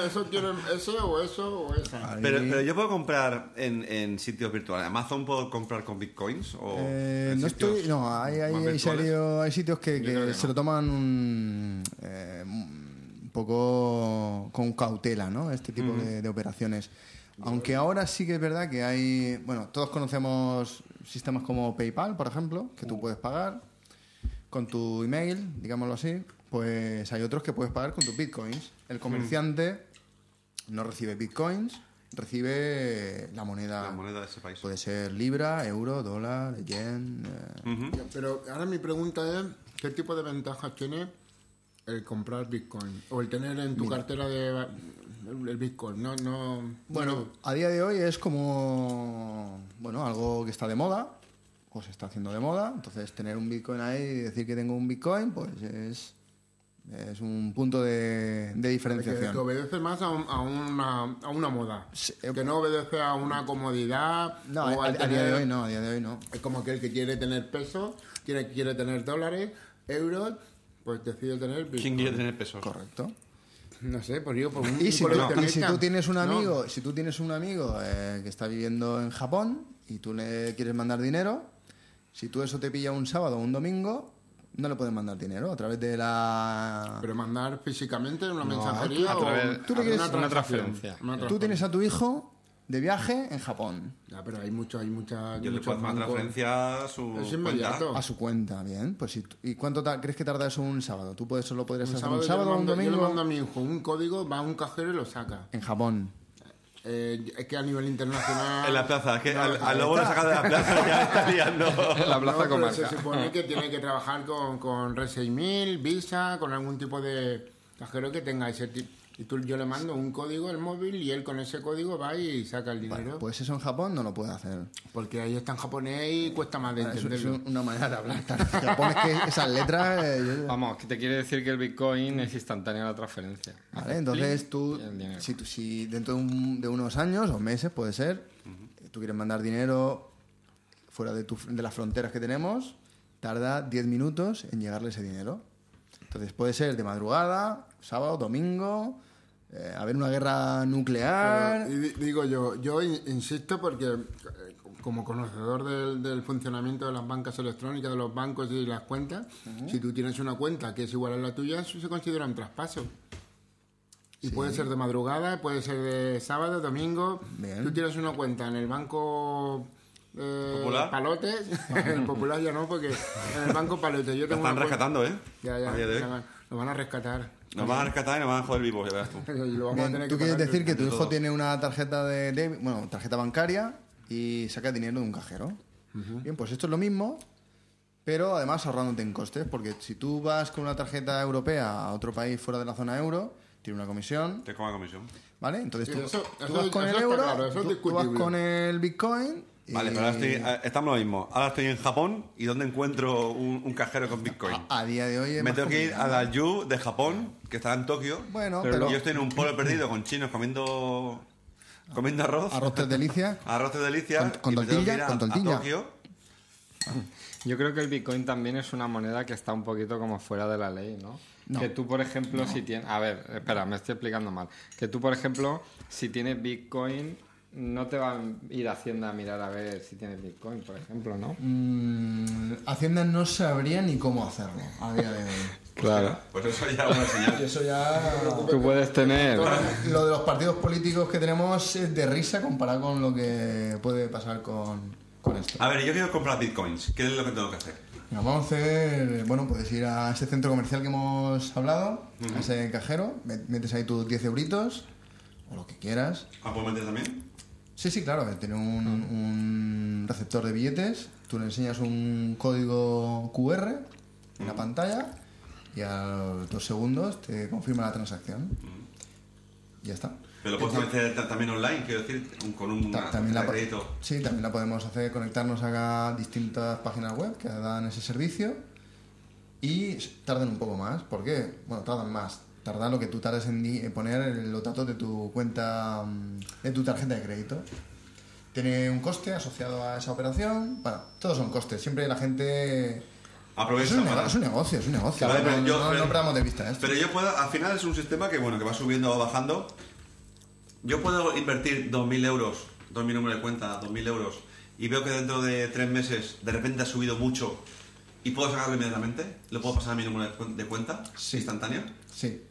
Speaker 1: eso quieren, ese o eso o esa.
Speaker 4: Ahí.
Speaker 3: Pero, pero yo puedo comprar en, en sitios virtuales. ¿Amazon puedo comprar con bitcoins? O
Speaker 4: Eh,
Speaker 3: en
Speaker 4: no
Speaker 3: sitios
Speaker 4: estoy. No, hay, hay,
Speaker 3: más
Speaker 4: hay
Speaker 3: virtuales?
Speaker 4: serio- hay sitios que, que
Speaker 1: creo que
Speaker 4: se
Speaker 1: no.
Speaker 4: lo toman un, eh, un poco con cautela, ¿no? Este tipo de, de operaciones. Aunque ahora sí que es verdad que hay. Bueno, todos conocemos sistemas como PayPal, por ejemplo, que tú puedes pagar con tu email, digámoslo así. Pues hay otros que puedes pagar con tus bitcoins. El comerciante no recibe bitcoins, recibe la moneda.
Speaker 3: La moneda de ese país.
Speaker 4: Puede ser libra, euro, dólar, yen. eh.
Speaker 1: Pero ahora mi pregunta es, ¿qué tipo de ventajas tiene el comprar Bitcoin? O el tener en tu cartera de el el Bitcoin. No, no,
Speaker 4: Bueno, a día de hoy es como bueno algo que está de moda o se está haciendo de moda. Entonces tener un bitcoin ahí y decir que tengo un bitcoin, pues es es un punto de, de
Speaker 1: Que, que
Speaker 4: diferenciación.
Speaker 1: obedece más a, un- a una, a una moda.
Speaker 4: eh, Sí, eh,
Speaker 1: que no obedece a una comodidad.
Speaker 4: No,
Speaker 1: o
Speaker 4: a,
Speaker 1: al
Speaker 4: a día de
Speaker 1: tener-
Speaker 4: hoy no, a día de hoy no.
Speaker 1: Es como aquel que quiere tener pesos, quiere, quiere tener dólares, euros, pues decide tener. Bitcoin.
Speaker 3: ¿Quién quiere tener pesos?
Speaker 4: Correcto.
Speaker 1: No sé, pues yo, por un.
Speaker 4: Y si,
Speaker 1: por
Speaker 4: tú,
Speaker 1: el
Speaker 4: y si
Speaker 1: internet,
Speaker 4: tú tienes un
Speaker 1: ¿no?
Speaker 4: amigo, si tú tienes un amigo eh, que está viviendo en Japón y tú le quieres mandar dinero, si tú eso te pilla un sábado o un domingo, no le puedes mandar dinero a través de la
Speaker 1: Ah. Pero mandar físicamente una mensajería
Speaker 2: a
Speaker 1: o
Speaker 2: través-
Speaker 4: ¿Tú le quieres-
Speaker 2: una
Speaker 1: transacción.
Speaker 2: transferencia.
Speaker 1: Una
Speaker 4: Tú
Speaker 1: transferencia.
Speaker 4: tienes a tu hijo de viaje en Japón
Speaker 1: Ya, pero hay mucho, hay mucha.
Speaker 3: Yo le
Speaker 1: muchos
Speaker 3: puedo hacer una
Speaker 1: bancos.
Speaker 3: transferencia a su
Speaker 1: Es
Speaker 3: cuenta.
Speaker 1: inmediato.
Speaker 4: a su cuenta, bien. Pues si tú- ¿y cuánto ta- crees que tarda eso un sábado? Tú puedes solo podrías
Speaker 1: Un
Speaker 4: hacer
Speaker 1: sábado,
Speaker 4: un
Speaker 1: yo le
Speaker 4: sábado o un
Speaker 1: mando- yo le mando a
Speaker 4: domingo
Speaker 1: mi hijo un código, va a un cajero y lo saca.
Speaker 4: en Japón.
Speaker 1: Eh, es que a nivel internacional.
Speaker 3: En la plaza, es que
Speaker 1: No,
Speaker 3: al,
Speaker 1: no,
Speaker 3: al lobo lo saca de la plaza, ya está liando.
Speaker 2: en la plaza
Speaker 1: no, pero
Speaker 2: comarca.
Speaker 1: Se supone que tiene que trabajar con, con Red 6000, Visa, con algún tipo de cajero que tenga ese tipo. Y tú, yo le mando un código al móvil y él con ese código va y saca el dinero.
Speaker 4: Bueno, pues eso en Japón no lo puede hacer.
Speaker 1: Porque ahí está en japonés y cuesta más de
Speaker 4: Bueno, eso- eso
Speaker 1: entenderlo.
Speaker 4: Es, una manera de hablar. tan- Japón es que esas letras. eh, yo-
Speaker 2: Vamos, que te quiere decir que el Bitcoin es instantánea la transferencia.
Speaker 4: Vale, entonces tú,
Speaker 2: el dinero.
Speaker 4: si, tú- si dentro de, un- de unos años o meses puede ser, tú quieres mandar dinero fuera de, tu- de las fronteras que tenemos, tarda 10 minutos en llegarle ese dinero. Entonces puede ser de madrugada, sábado, domingo, eh, haber una guerra nuclear.
Speaker 1: Pero, y di- digo yo, yo in- insisto porque eh, como conocedor del, del funcionamiento de las bancas electrónicas, de los bancos y las cuentas, si tú tienes una cuenta que es igual a la tuya, eso se considera un traspaso. Y puede ser de madrugada, puede ser de sábado, domingo.
Speaker 4: Bien.
Speaker 1: Tú tienes una cuenta en el banco eh,
Speaker 3: ¿Popular?
Speaker 1: Palotes, el popular ya no, porque en el banco Palotes yo
Speaker 3: Lo
Speaker 1: tengo
Speaker 3: están
Speaker 1: una cuenta-
Speaker 3: rescatando, ¿eh?
Speaker 1: Ya,
Speaker 3: A
Speaker 1: ya,
Speaker 3: día de hoy.
Speaker 1: ya van- lo van a rescatar.
Speaker 3: Nos van a rescatar y nos van a joder vivos, ya verás tú.
Speaker 1: Y lo vamos a
Speaker 4: Bien,
Speaker 1: tener
Speaker 4: tú
Speaker 1: que
Speaker 4: quieres
Speaker 1: pagar.
Speaker 4: decir que tu
Speaker 3: de
Speaker 4: hijo
Speaker 3: todo.
Speaker 4: tiene una tarjeta de, débi- bueno, tarjeta bancaria y saca dinero de un cajero. Bien, pues esto es lo mismo, pero además ahorrándote en costes, porque si tú vas con una tarjeta europea a otro país fuera de la zona euro, tiene una comisión,
Speaker 3: Te coma comisión.
Speaker 4: ¿vale? Entonces
Speaker 1: Sí,
Speaker 4: tú,
Speaker 1: eso-
Speaker 4: tú
Speaker 1: eso-
Speaker 4: vas con
Speaker 1: eso está
Speaker 4: el euro,
Speaker 1: claro, eso es
Speaker 4: tú- tú, vas
Speaker 1: discutible.
Speaker 4: con el Bitcoin. y-
Speaker 3: Vale, pero ahora estoy, eh, estamos lo mismo. Ahora estoy en Japón y ¿dónde encuentro un, un cajero con Bitcoin?
Speaker 4: A, a día de hoy es
Speaker 3: Me
Speaker 4: más
Speaker 3: tengo que ir a
Speaker 4: complicado.
Speaker 3: la Yu de Japón, que está en Tokio.
Speaker 4: Bueno,
Speaker 2: Pero
Speaker 4: pero,
Speaker 3: Yo estoy en un pueblo perdido con chinos comiendo, comiendo arroz.
Speaker 4: arroz de delicia.
Speaker 3: Arroz de delicia.
Speaker 4: Con- con
Speaker 3: y me tengo que ir
Speaker 4: tortilla,
Speaker 3: a-
Speaker 4: con
Speaker 3: a
Speaker 4: tortilla.
Speaker 3: Tokio.
Speaker 2: Yo creo que el Bitcoin también es una moneda que está un poquito como fuera de la ley, ¿no?
Speaker 4: No.
Speaker 2: Que tú, por ejemplo, si tienes... A ver, espera, me estoy explicando mal. Que tú, por ejemplo, si tienes Bitcoin, no te va a ir Hacienda a mirar a ver si tienes Bitcoin, por ejemplo, ¿no?
Speaker 4: Mm, Hacienda no sabría ni cómo hacerlo a día de hoy.
Speaker 2: Claro.
Speaker 3: Pues eso ya es una señal.
Speaker 4: Y eso ya...
Speaker 2: Tú puedes tener...
Speaker 4: Lo de los partidos políticos que tenemos es de risa comparado con lo que puede pasar con, con esto.
Speaker 3: A ver, yo quiero comprar bitcoins. ¿Qué es lo que tengo que hacer?
Speaker 4: Mira, vamos a hacer, bueno, puedes ir a ese centro comercial que hemos hablado, a ese cajero, met- metes ahí tus 10 euritos o lo que quieras.
Speaker 3: ¿Ah, puedo meter también?
Speaker 4: Sí, sí, claro, eh, tiene un, un receptor de billetes, tú le enseñas un código QR en la pantalla y a los dos segundos te confirma la transacción. Ya está.
Speaker 3: Pero lo puedo
Speaker 4: Entonces-
Speaker 3: meter ta- también online, quiero decir, un- con un
Speaker 4: Ta-
Speaker 3: una
Speaker 4: también, la,
Speaker 3: tarjeta
Speaker 4: po-
Speaker 3: de crédito.
Speaker 4: sí, también la podemos hacer conectarnos a distintas páginas web que dan ese servicio y s- tardan un poco más. ¿Por qué? Bueno, tardan más. Tarda lo que tú tardas en di- en poner el- los datos de tu cuenta, mm, de tu tarjeta de crédito. Tiene un coste asociado a esa operación. Bueno, todos son costes. Siempre la gente...
Speaker 3: Aprovecha
Speaker 4: Es un,
Speaker 3: para-
Speaker 4: nego- es un negocio, es un negocio.
Speaker 3: Vale, pero
Speaker 4: no,
Speaker 3: yo-
Speaker 4: no-
Speaker 3: pero-
Speaker 4: no perdamos de vista esto.
Speaker 3: Pero yo puedo, al final es un sistema que, bueno, que va subiendo o bajando. Yo puedo invertir 2.000 euros, 2.000 número de cuenta, 2.000 euros, y veo que dentro de tres meses de repente ha subido mucho y puedo sacarlo inmediatamente. ¿Lo puedo pasar a mi número de cuen- de cuenta
Speaker 4: Sí. Mm.
Speaker 3: instantáneo?
Speaker 4: Sí,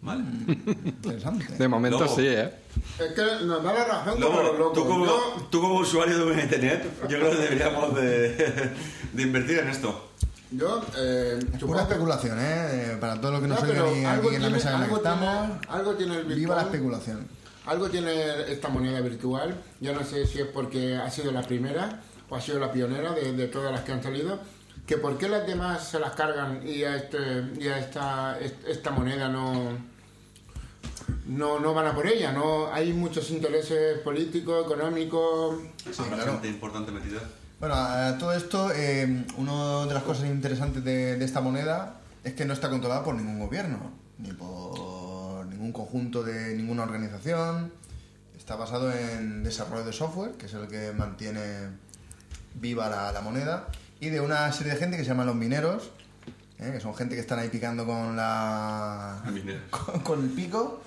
Speaker 3: Vale.
Speaker 4: interesante.
Speaker 2: De momento
Speaker 3: Luego-
Speaker 2: sí, ¿eh?
Speaker 1: Es que nos da la razón como los
Speaker 3: Lobo,
Speaker 1: locos.
Speaker 3: tú como,
Speaker 1: Yo-
Speaker 3: tú como usuario de Internet, yo creo que deberíamos de, de invertir en esto.
Speaker 1: Yo, eh,
Speaker 4: Pura
Speaker 1: supongo que-
Speaker 4: especulación, ¿eh? Eh, Para todo lo que nos
Speaker 1: Ya,
Speaker 4: oigan
Speaker 1: pero
Speaker 4: y
Speaker 1: algo
Speaker 4: aquí en la
Speaker 1: tiene-
Speaker 4: mesa en la que
Speaker 1: algo tiene-
Speaker 4: estamos.
Speaker 1: algo tiene el
Speaker 4: Viva la
Speaker 1: Bitcoin.
Speaker 4: especulación.
Speaker 1: Algo tiene esta moneda virtual. Yo no sé si es porque ha sido la primera o ha sido la pionera de, de todas las que han salido. Que por qué las demás se las cargan y a, este, y a esta, est- esta moneda no, no, no van a por ella. No, hay muchos intereses políticos, económicos.
Speaker 3: Habrá
Speaker 4: claro.
Speaker 3: gente importante metida.
Speaker 4: Bueno, a todo esto, eh, una de las cosas interesantes de, de esta moneda es que no está controlada por ningún gobierno, ni por ningún conjunto de ninguna organización. Está basado en desarrollo de software, que es el que mantiene viva la, la moneda, y de una serie de gente que se llaman los mineros, ¿eh? que son gente que están ahí picando con la,
Speaker 3: Los mineros.
Speaker 4: con, con el pico.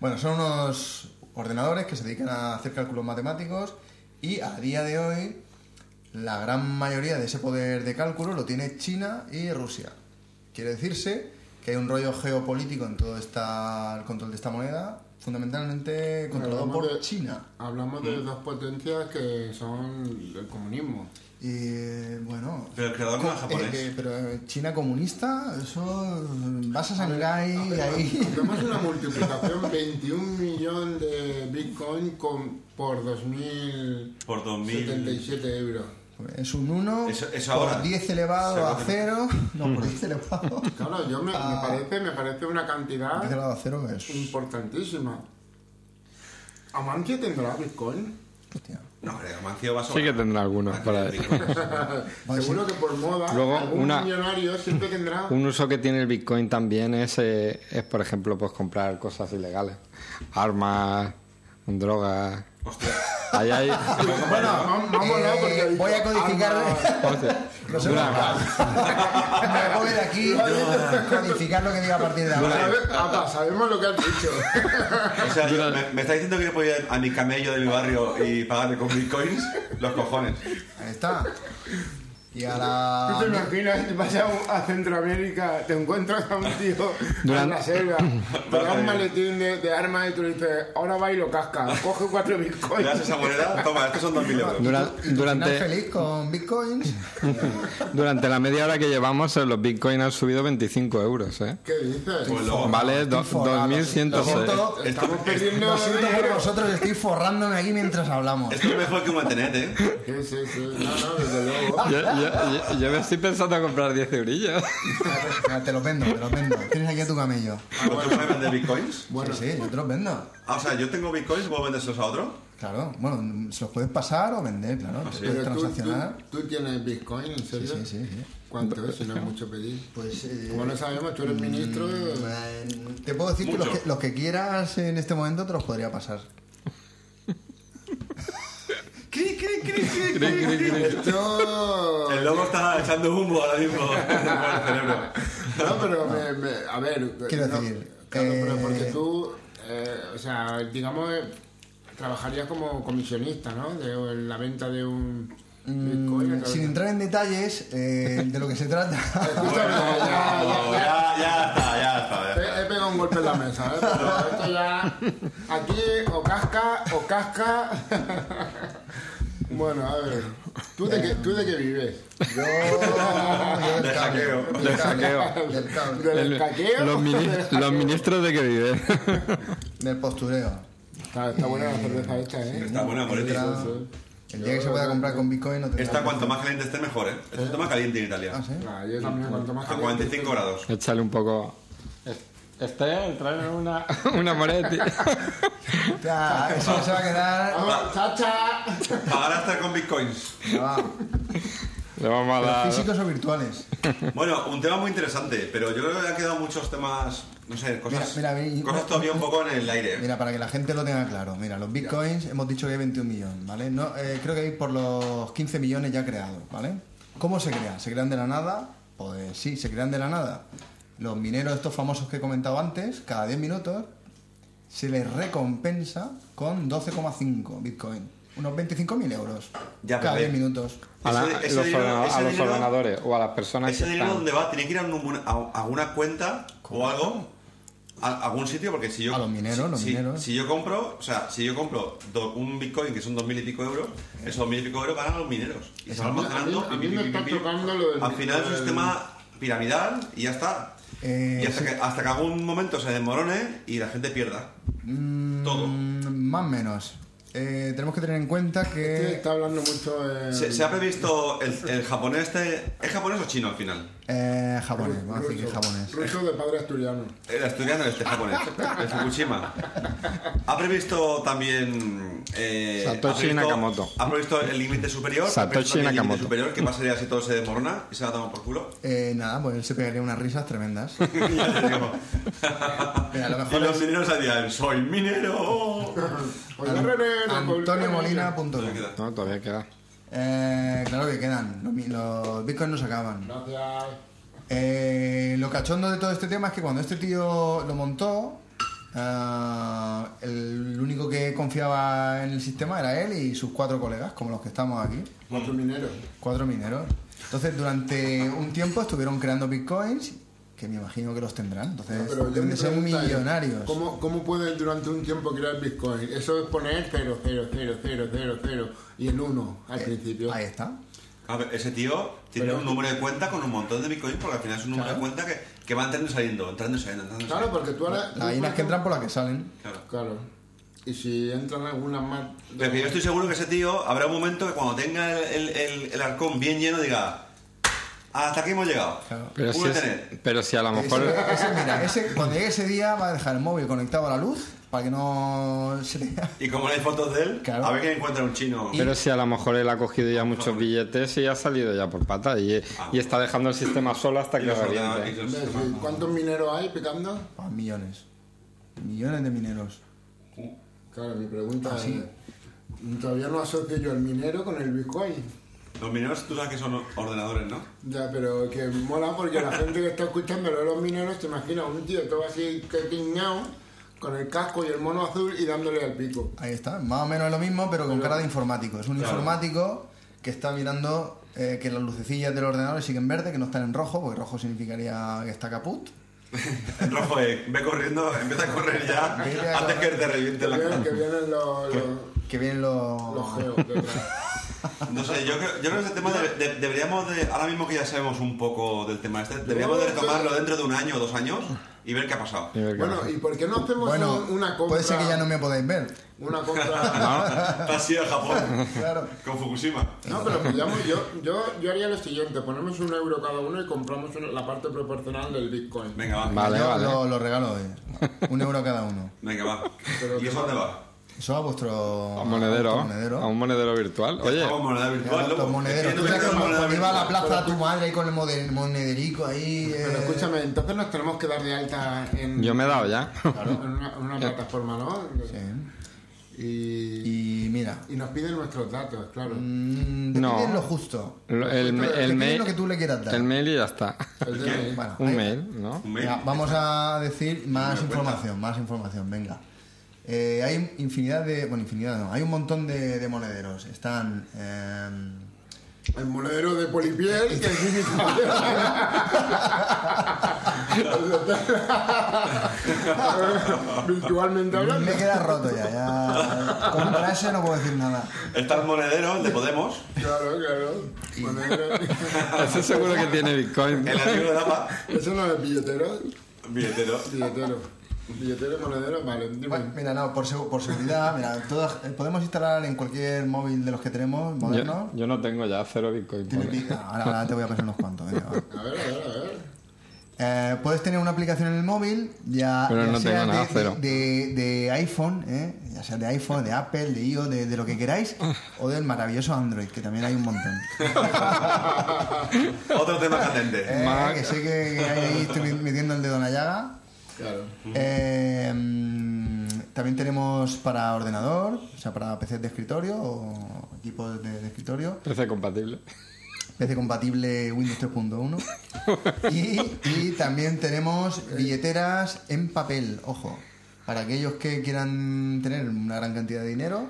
Speaker 4: Bueno, son unos ordenadores que se dedican a hacer cálculos matemáticos y a día de hoy la gran mayoría de ese poder de cálculo lo tiene China y Rusia. Quiere decirse que hay un rollo geopolítico en todo esta, el control de esta moneda, fundamentalmente controlado
Speaker 1: Hablamos
Speaker 4: por
Speaker 1: de-
Speaker 4: China.
Speaker 1: Hablamos
Speaker 2: Mm.
Speaker 1: de dos potencias que son el comunismo.
Speaker 4: Y eh, bueno.
Speaker 3: Pero el creador no era japonés.
Speaker 4: eh, eh, pero eh, China comunista, eso. eh, Vas a Shanghái y ahí.
Speaker 1: Hacemos una multiplicación 21 millones de Bitcoin con, por 2.000...
Speaker 3: Por 2.000...
Speaker 1: 77 euros.
Speaker 4: Es un 1
Speaker 3: Eso- eso ahora. Mm.
Speaker 4: por 10 elevado a
Speaker 3: Seguro.
Speaker 4: 0. No, por 10 elevado.
Speaker 1: Claro, yo me, me
Speaker 4: Ah.
Speaker 1: parece, me parece una
Speaker 4: 10
Speaker 1: cantidad
Speaker 4: elevado a 0 es.
Speaker 1: importantísima. ¿Amancio tendrá Bitcoin?
Speaker 4: Hostia.
Speaker 3: No, creo, Mancio va a
Speaker 2: Sí que tendrá algunos para
Speaker 1: Seguro que por moda
Speaker 2: Luego,
Speaker 1: algún
Speaker 2: una-
Speaker 1: millonario siempre tendrá.
Speaker 2: Un uso que tiene el Bitcoin también es, eh, es por ejemplo, pues comprar cosas ilegales. Armas, drogas.
Speaker 3: Hostia.
Speaker 2: Ahí hay...
Speaker 1: Bueno, vamos
Speaker 4: eh, voy a codificar-
Speaker 2: Hostia, drogas.
Speaker 4: Me voy de aquí a codificar lo que diga a partir de ahora.
Speaker 1: sabemos lo que has dicho.
Speaker 3: O sea, yo- me, me está diciendo que yo puedo ir a mi camello de mi barrio y pagarle con bitcoins los cojones.
Speaker 4: Ahí está. Y a
Speaker 1: ¿Tú te
Speaker 4: la.
Speaker 1: imaginas? Vas a, a Centroamérica, te encuentras a un tío en la
Speaker 2: Durante-
Speaker 1: selva, te da un maletín de, de armas y tú le dices, ahora va y lo casca, coge cuatro
Speaker 3: ¿Le
Speaker 1: bitcoins.
Speaker 3: das esa moneda? Toma, estos son 2.000 euros.
Speaker 2: Dura-
Speaker 4: Final
Speaker 2: durante,
Speaker 4: feliz con bitcoins.
Speaker 2: durante la media hora que llevamos, eh, los bitcoins han subido 25 euros. ¿eh?
Speaker 1: ¿Qué dices?
Speaker 3: Pues luego-
Speaker 2: Vale, do-
Speaker 4: Forrado. Lo
Speaker 2: 2.106.
Speaker 4: siento,
Speaker 1: Estamos perdiendo
Speaker 4: Lo siento por
Speaker 1: dinero.
Speaker 4: vosotros, estoy forrándome aquí mientras hablamos.
Speaker 3: Esto es mejor que un internet, ¿eh?
Speaker 4: Ah.
Speaker 1: Sí, sí, sí. No, no, desde luego.
Speaker 2: Yo, Yo, yo- yo me estoy pensando en comprar 10 eurillos.
Speaker 4: Te los vendo, te los vendo. Tienes aquí a tu camello.
Speaker 3: ¿Pero tú puedes vender bitcoins?
Speaker 4: Bueno, sí, sí, yo te los vendo.
Speaker 3: Ah, o sea, yo tengo bitcoins, ¿puedo vendérselos a otro?
Speaker 4: Claro, bueno, se los puedes pasar o vender, claro. Te puedes
Speaker 1: Pero tú,
Speaker 4: transaccionar.
Speaker 1: tú- tú tienes Bitcoin, ¿en
Speaker 4: Sí,
Speaker 1: serio?
Speaker 4: sí, sí. sí.
Speaker 1: ¿Cuánto es? Si no es mucho pedir.
Speaker 4: Pues, eh,
Speaker 1: Como no sabemos, tú eres ministro.
Speaker 4: eh, te puedo decir que
Speaker 3: Mucho.
Speaker 4: los, que los que quieras en este momento te los podría pasar.
Speaker 3: ¡Cri, cri, cri, cri,
Speaker 2: Cri, cri, cri.
Speaker 1: Yo.
Speaker 3: El lobo está echando humo ahora mismo por el cerebro.
Speaker 1: No, pero me- me- a ver.
Speaker 4: Quiero
Speaker 1: no,
Speaker 4: decir,
Speaker 1: claro, pero
Speaker 4: eh,
Speaker 1: porque tú, eh, o sea, digamos, eh, trabajarías como comisionista, ¿no? De la venta de un. Bitcoin a
Speaker 4: Mm,
Speaker 1: través
Speaker 4: sin
Speaker 1: de-
Speaker 4: entrar en detalles eh, de lo que se trata.
Speaker 1: Escúchame, ya,
Speaker 4: Ah,
Speaker 1: ya,
Speaker 3: Oh,
Speaker 1: ya.
Speaker 3: ya, ya está, ya está. ya está.
Speaker 1: He, he pegado un golpe en la mesa, ¿eh? Pero esto ya. Aquí o casca o casca. Bueno, a ver. ¿Tú de qué, tú de qué vives?
Speaker 4: Yo,
Speaker 3: De
Speaker 4: yo del cable,
Speaker 3: saqueo.
Speaker 4: del
Speaker 2: De
Speaker 4: cable,
Speaker 2: saqueo.
Speaker 4: Del cable,
Speaker 1: ¿Del
Speaker 2: El-
Speaker 1: caqueo?
Speaker 2: los, mini- los ministros de que viven.
Speaker 4: del postureo.
Speaker 1: Está, está buena la cerveza esta, ¿eh?
Speaker 3: Está buena,
Speaker 4: Entra-
Speaker 3: bonita.
Speaker 4: el día que se pueda comprar con Bitcoin no tendrá
Speaker 3: Esta cuanto
Speaker 4: precio.
Speaker 3: más caliente esté, mejor, ¿eh? Esta está más caliente en Italia.
Speaker 4: Ah, ¿sí?
Speaker 1: Nah, yo también, cuanto más
Speaker 3: A
Speaker 1: caliente-
Speaker 3: 45 grados.
Speaker 2: Échale un poco. Esther, trae una, una moretti.
Speaker 4: Ya, Ah, eso se va a quedar.
Speaker 3: Ah.
Speaker 1: ¡Vamos, Ah, chacha!
Speaker 3: Pagar hasta con bitcoins.
Speaker 4: Ya va.
Speaker 2: Le vamos a
Speaker 4: Pero
Speaker 2: dar.
Speaker 4: ¿Físicos o virtuales?
Speaker 3: Bueno, un tema muy interesante, pero yo creo que han quedado muchos temas, no sé, cosas,
Speaker 4: Mira, mira, mira.
Speaker 3: cosas todavía un poco en el aire.
Speaker 4: Mira, para que la gente lo tenga claro, mira, los bitcoins hemos dicho que hay 21 millones, ¿vale? No, eh, creo que hay por los 15 millones ya creados, ¿vale? ¿Cómo se crean? ¿Se crean de la nada? Pues sí, se crean de la nada. Los mineros, estos famosos que he comentado antes, cada 10 minutos se les recompensa con 12,5 bitcoin, unos 25.000 euros
Speaker 3: Ya, pero
Speaker 4: cada
Speaker 3: ahí-
Speaker 4: 10 minutos.
Speaker 2: A, la-
Speaker 3: Ese- ese
Speaker 2: los
Speaker 3: dinero-
Speaker 2: ordenadores- a
Speaker 3: ese
Speaker 2: los
Speaker 3: dinero-
Speaker 2: ordenadores o a las personas
Speaker 3: ¿Ese
Speaker 2: que
Speaker 3: dinero
Speaker 2: están.
Speaker 3: dónde va? ¿Tiene que ir a, un- a- a una cuenta o algo? ¿A algún sitio? Porque si yo...
Speaker 4: A los mineros,
Speaker 3: si,
Speaker 4: los
Speaker 3: si-
Speaker 4: mineros.
Speaker 3: Si yo compro, o sea, si yo compro do- un bitcoin que son dos mil y pico euros, esos mil y pico euros van a los mineros. Y se van almacenando...
Speaker 1: A mí- a
Speaker 3: pim,
Speaker 1: mí me
Speaker 3: pim, pim,
Speaker 1: está
Speaker 3: pim, pim.
Speaker 1: tocando lo del-
Speaker 3: Al final es un
Speaker 1: del-
Speaker 3: sistema piramidal y ya está.
Speaker 4: Eh,
Speaker 3: y hasta,
Speaker 4: sí.
Speaker 3: que, hasta que algún momento se desmorone y la gente pierda. Todo.
Speaker 4: Mm, más o menos. Eh, tenemos que tener en cuenta
Speaker 1: Este
Speaker 4: que...
Speaker 1: está hablando mucho. eh,
Speaker 3: Se, se ha previsto el, el japonés este... ¿Es japonés o chino al final?
Speaker 4: Eh, japonés, vamos a decir que
Speaker 1: ruso,
Speaker 4: japonés.
Speaker 1: ruso de padre asturiano.
Speaker 3: El asturiano este japonés, el Fukushima. Ha previsto también. eh,
Speaker 2: Satoshi
Speaker 3: ha previsto-
Speaker 2: Nakamoto.
Speaker 3: Ha previsto el límite superior. ha
Speaker 2: Satoshi
Speaker 3: previsto también el límite
Speaker 2: Nakamoto.
Speaker 3: superior, que pasaría si todo se desmorona y se va a tomar por culo.
Speaker 4: Eh, nada, pues él se pegaría unas risas tremendas.
Speaker 3: Ya te digo.
Speaker 4: Mira, a lo
Speaker 3: y
Speaker 4: mejor
Speaker 3: los
Speaker 4: es
Speaker 3: mineros dirían: ¡Soy minero!
Speaker 1: Oiga, René, no,
Speaker 4: Antonio
Speaker 1: René.
Speaker 4: Molina.com.
Speaker 3: Ahí queda.
Speaker 2: No, todavía queda.
Speaker 4: Eh, claro que quedan, los, mi- los bitcoins no se acaban.
Speaker 1: Gracias.
Speaker 4: Eh, lo cachondo de todo este tema es que cuando este tío lo montó, eh, el único que confiaba en el sistema era él y sus cuatro colegas, como los que estamos aquí.
Speaker 3: Mm.
Speaker 1: Cuatro mineros.
Speaker 4: Cuatro mineros. Entonces, durante un tiempo estuvieron creando bitcoins, que me imagino que los tendrán. Entonces,
Speaker 1: Pero yo
Speaker 4: deben
Speaker 1: me
Speaker 4: de ser
Speaker 1: pregunto,
Speaker 4: millonarios.
Speaker 1: ¿Cómo, cómo puedes durante un tiempo crear Bitcoin? Eso es poner 0, 0, 0, 0, 0, 0 y el 1 al principio.
Speaker 4: Eh, Ahí está.
Speaker 3: A ver, ese tío tiene
Speaker 1: Pero-
Speaker 3: un número de cuenta con un montón de bitcoins, porque al final es un número
Speaker 4: Claro.
Speaker 3: de cuenta que, que va entrando y saliendo, entrando y saliendo, entrando y
Speaker 1: Claro,
Speaker 3: saliendo.
Speaker 1: porque tú ahora.
Speaker 4: Las gallinas que entran por las que salen.
Speaker 3: Claro.
Speaker 1: Claro. Y si entran algunas más.
Speaker 3: Pero que yo estoy seguro que ese tío habrá un momento que cuando tenga el, el, el- el arcón bien lleno diga hasta aquí hemos llegado.
Speaker 4: Claro.
Speaker 2: Pero si,
Speaker 3: Uno
Speaker 2: es-
Speaker 3: tener.
Speaker 2: pero si a lo mejor.
Speaker 4: Ese- ese, mira, ese, cuando llegue ese día va a dejar el móvil conectado a la luz para que no se le...
Speaker 3: Y como no hay fotos de él,
Speaker 4: Claro.
Speaker 3: a ver quién encuentra un chino.
Speaker 2: Pero si a lo mejor él ha cogido ya muchos billetes y ha salido ya por pata y, y está dejando el sistema solo hasta
Speaker 3: Ah. Y
Speaker 2: que
Speaker 3: los
Speaker 2: lo
Speaker 3: ordenadores,
Speaker 2: reviente.
Speaker 3: y los-
Speaker 1: ¿Ves? ¿Cuántos mineros hay picando?
Speaker 4: Ah, millones. Millones de mineros.
Speaker 1: Claro, mi pregunta
Speaker 4: Ah, sí.
Speaker 1: es. Todavía no asocio yo el minero con el Bitcoin.
Speaker 3: Los mineros tú sabes que son ordenadores, ¿no?
Speaker 1: Ya, pero que mola porque la gente que está escuchando lo de los mineros te imagina un tío todo así quetiñao con el casco y el mono azul y dándole al pico.
Speaker 4: Ahí está. Más o menos lo mismo, pero con cara de informático. Es un
Speaker 3: Claro.
Speaker 4: informático que está mirando eh, que las lucecillas del ordenador siguen verde, que no están en rojo, porque rojo significaría que está caput.
Speaker 3: En rojo es, ve corriendo, empieza a correr ya
Speaker 4: Vete a
Speaker 3: antes que
Speaker 4: correr.
Speaker 3: te reviente
Speaker 1: Que
Speaker 3: la
Speaker 1: vienen,
Speaker 3: cara.
Speaker 1: que vienen los, los,
Speaker 4: Que vienen los...
Speaker 1: los geos detrás.
Speaker 3: No sé, yo creo, yo creo que ese tema de- de- deberíamos de, ahora mismo que ya sabemos un poco del tema este, deberíamos de retomarlo dentro de un año o dos años y ver qué ha pasado.
Speaker 1: Bueno, ¿y por qué no hacemos
Speaker 4: Bueno,
Speaker 1: un- una compra?
Speaker 4: puede ser que ya no me podáis ver.
Speaker 1: Una compra...
Speaker 3: Te has ido a Japón
Speaker 4: Claro.
Speaker 3: con Fukushima.
Speaker 1: No, pero pillamos, yo, yo, yo haría lo siguiente, ponemos un euro cada uno y compramos una- la parte proporcional del Bitcoin.
Speaker 3: Venga, va.
Speaker 2: Vale,
Speaker 4: Yo
Speaker 2: vale.
Speaker 4: Lo, lo regalo hoy. Un euro cada uno.
Speaker 3: Venga, va.
Speaker 1: Pero
Speaker 3: ¿Y
Speaker 1: que
Speaker 3: eso dónde va?
Speaker 4: Eso a vuestro.
Speaker 2: A un monedero,
Speaker 4: a vuestro monedero.
Speaker 2: a un monedero virtual. Oye,
Speaker 3: Vamos, moneda virtual,
Speaker 4: Los
Speaker 3: loco. Es
Speaker 4: monederos.
Speaker 3: que
Speaker 4: Tú
Speaker 3: no
Speaker 4: sabes que
Speaker 3: tengo moneda
Speaker 4: cuando iba a la
Speaker 3: virtual.
Speaker 4: plaza tu madre ahí con el mode- monederico ahí. eh,
Speaker 1: Pero escúchame, entonces nos tenemos que dar de alta en,
Speaker 2: yo me he dado ya.
Speaker 1: en una, en una plataforma, ¿no?
Speaker 4: sí.
Speaker 1: Y,
Speaker 4: Y mira,
Speaker 1: y nos piden nuestros datos, claro.
Speaker 4: mm, te
Speaker 2: No.
Speaker 4: piden lo justo.
Speaker 2: El, el,
Speaker 4: Te
Speaker 2: el
Speaker 4: piden
Speaker 2: mail,
Speaker 4: lo que tú le quieras dar.
Speaker 2: el mail y ya está.
Speaker 1: El DNI.
Speaker 4: Bueno,
Speaker 2: Un
Speaker 4: ahí-
Speaker 2: mail, ¿no?
Speaker 3: Un mail.
Speaker 4: Venga, vamos a decir más
Speaker 3: cuenta.
Speaker 4: información, más información, venga. Eh, hay infinidad de... Bueno, infinidad no, hay un montón de, de monederos. Están... em,
Speaker 1: El monedero de Polipiel que es
Speaker 4: Mm.
Speaker 1: Virtualmente hablando.
Speaker 4: me queda roto ya, ya... Con un crash no puedo decir nada.
Speaker 3: Está el monedero, el de Podemos,
Speaker 1: Claro, claro. Monedero.
Speaker 2: Ese seguro que tiene Bitcoin.
Speaker 3: el amigo de Dapa.
Speaker 1: Eso no es billetero.
Speaker 3: Billetero.
Speaker 1: Billetero. Billetero, monedero, vale.
Speaker 4: Bueno,
Speaker 1: Dime.
Speaker 4: mira, no, por, segu- por seguridad, mira, todas, eh, podemos instalar en cualquier móvil de los que tenemos,
Speaker 2: Yo,
Speaker 4: moderno.
Speaker 2: yo no tengo ya cero Bitcoin.
Speaker 4: Tiene
Speaker 2: pobre.
Speaker 4: pica. Ahora, ahora te voy a pasar unos cuantos. venga, va.
Speaker 1: A ver, a ver, a ver.
Speaker 4: Eh, puedes tener una aplicación en el móvil, ya,
Speaker 2: Pero
Speaker 4: ya
Speaker 2: no
Speaker 4: sea
Speaker 2: tengo nada,
Speaker 4: de,
Speaker 2: cero.
Speaker 4: de- de iPhone, ¿eh? ya sea de iPhone, de Apple, de iOS, de, de lo que queráis, o del maravilloso Android, que también hay un montón.
Speaker 3: Otro tema candente.
Speaker 4: Eh,
Speaker 2: Mac.
Speaker 4: que sé que, que hay ahí, estoy metiendo el dedo en la llaga.
Speaker 1: Claro.
Speaker 4: Eh, mm, también tenemos para ordenador, o sea, para PCs de escritorio o equipos de- de escritorio.
Speaker 2: Parece compatible.
Speaker 4: PC compatible Windows 3.1. Y, y también tenemos billeteras en papel, ojo. Para aquellos que quieran tener una gran cantidad de dinero,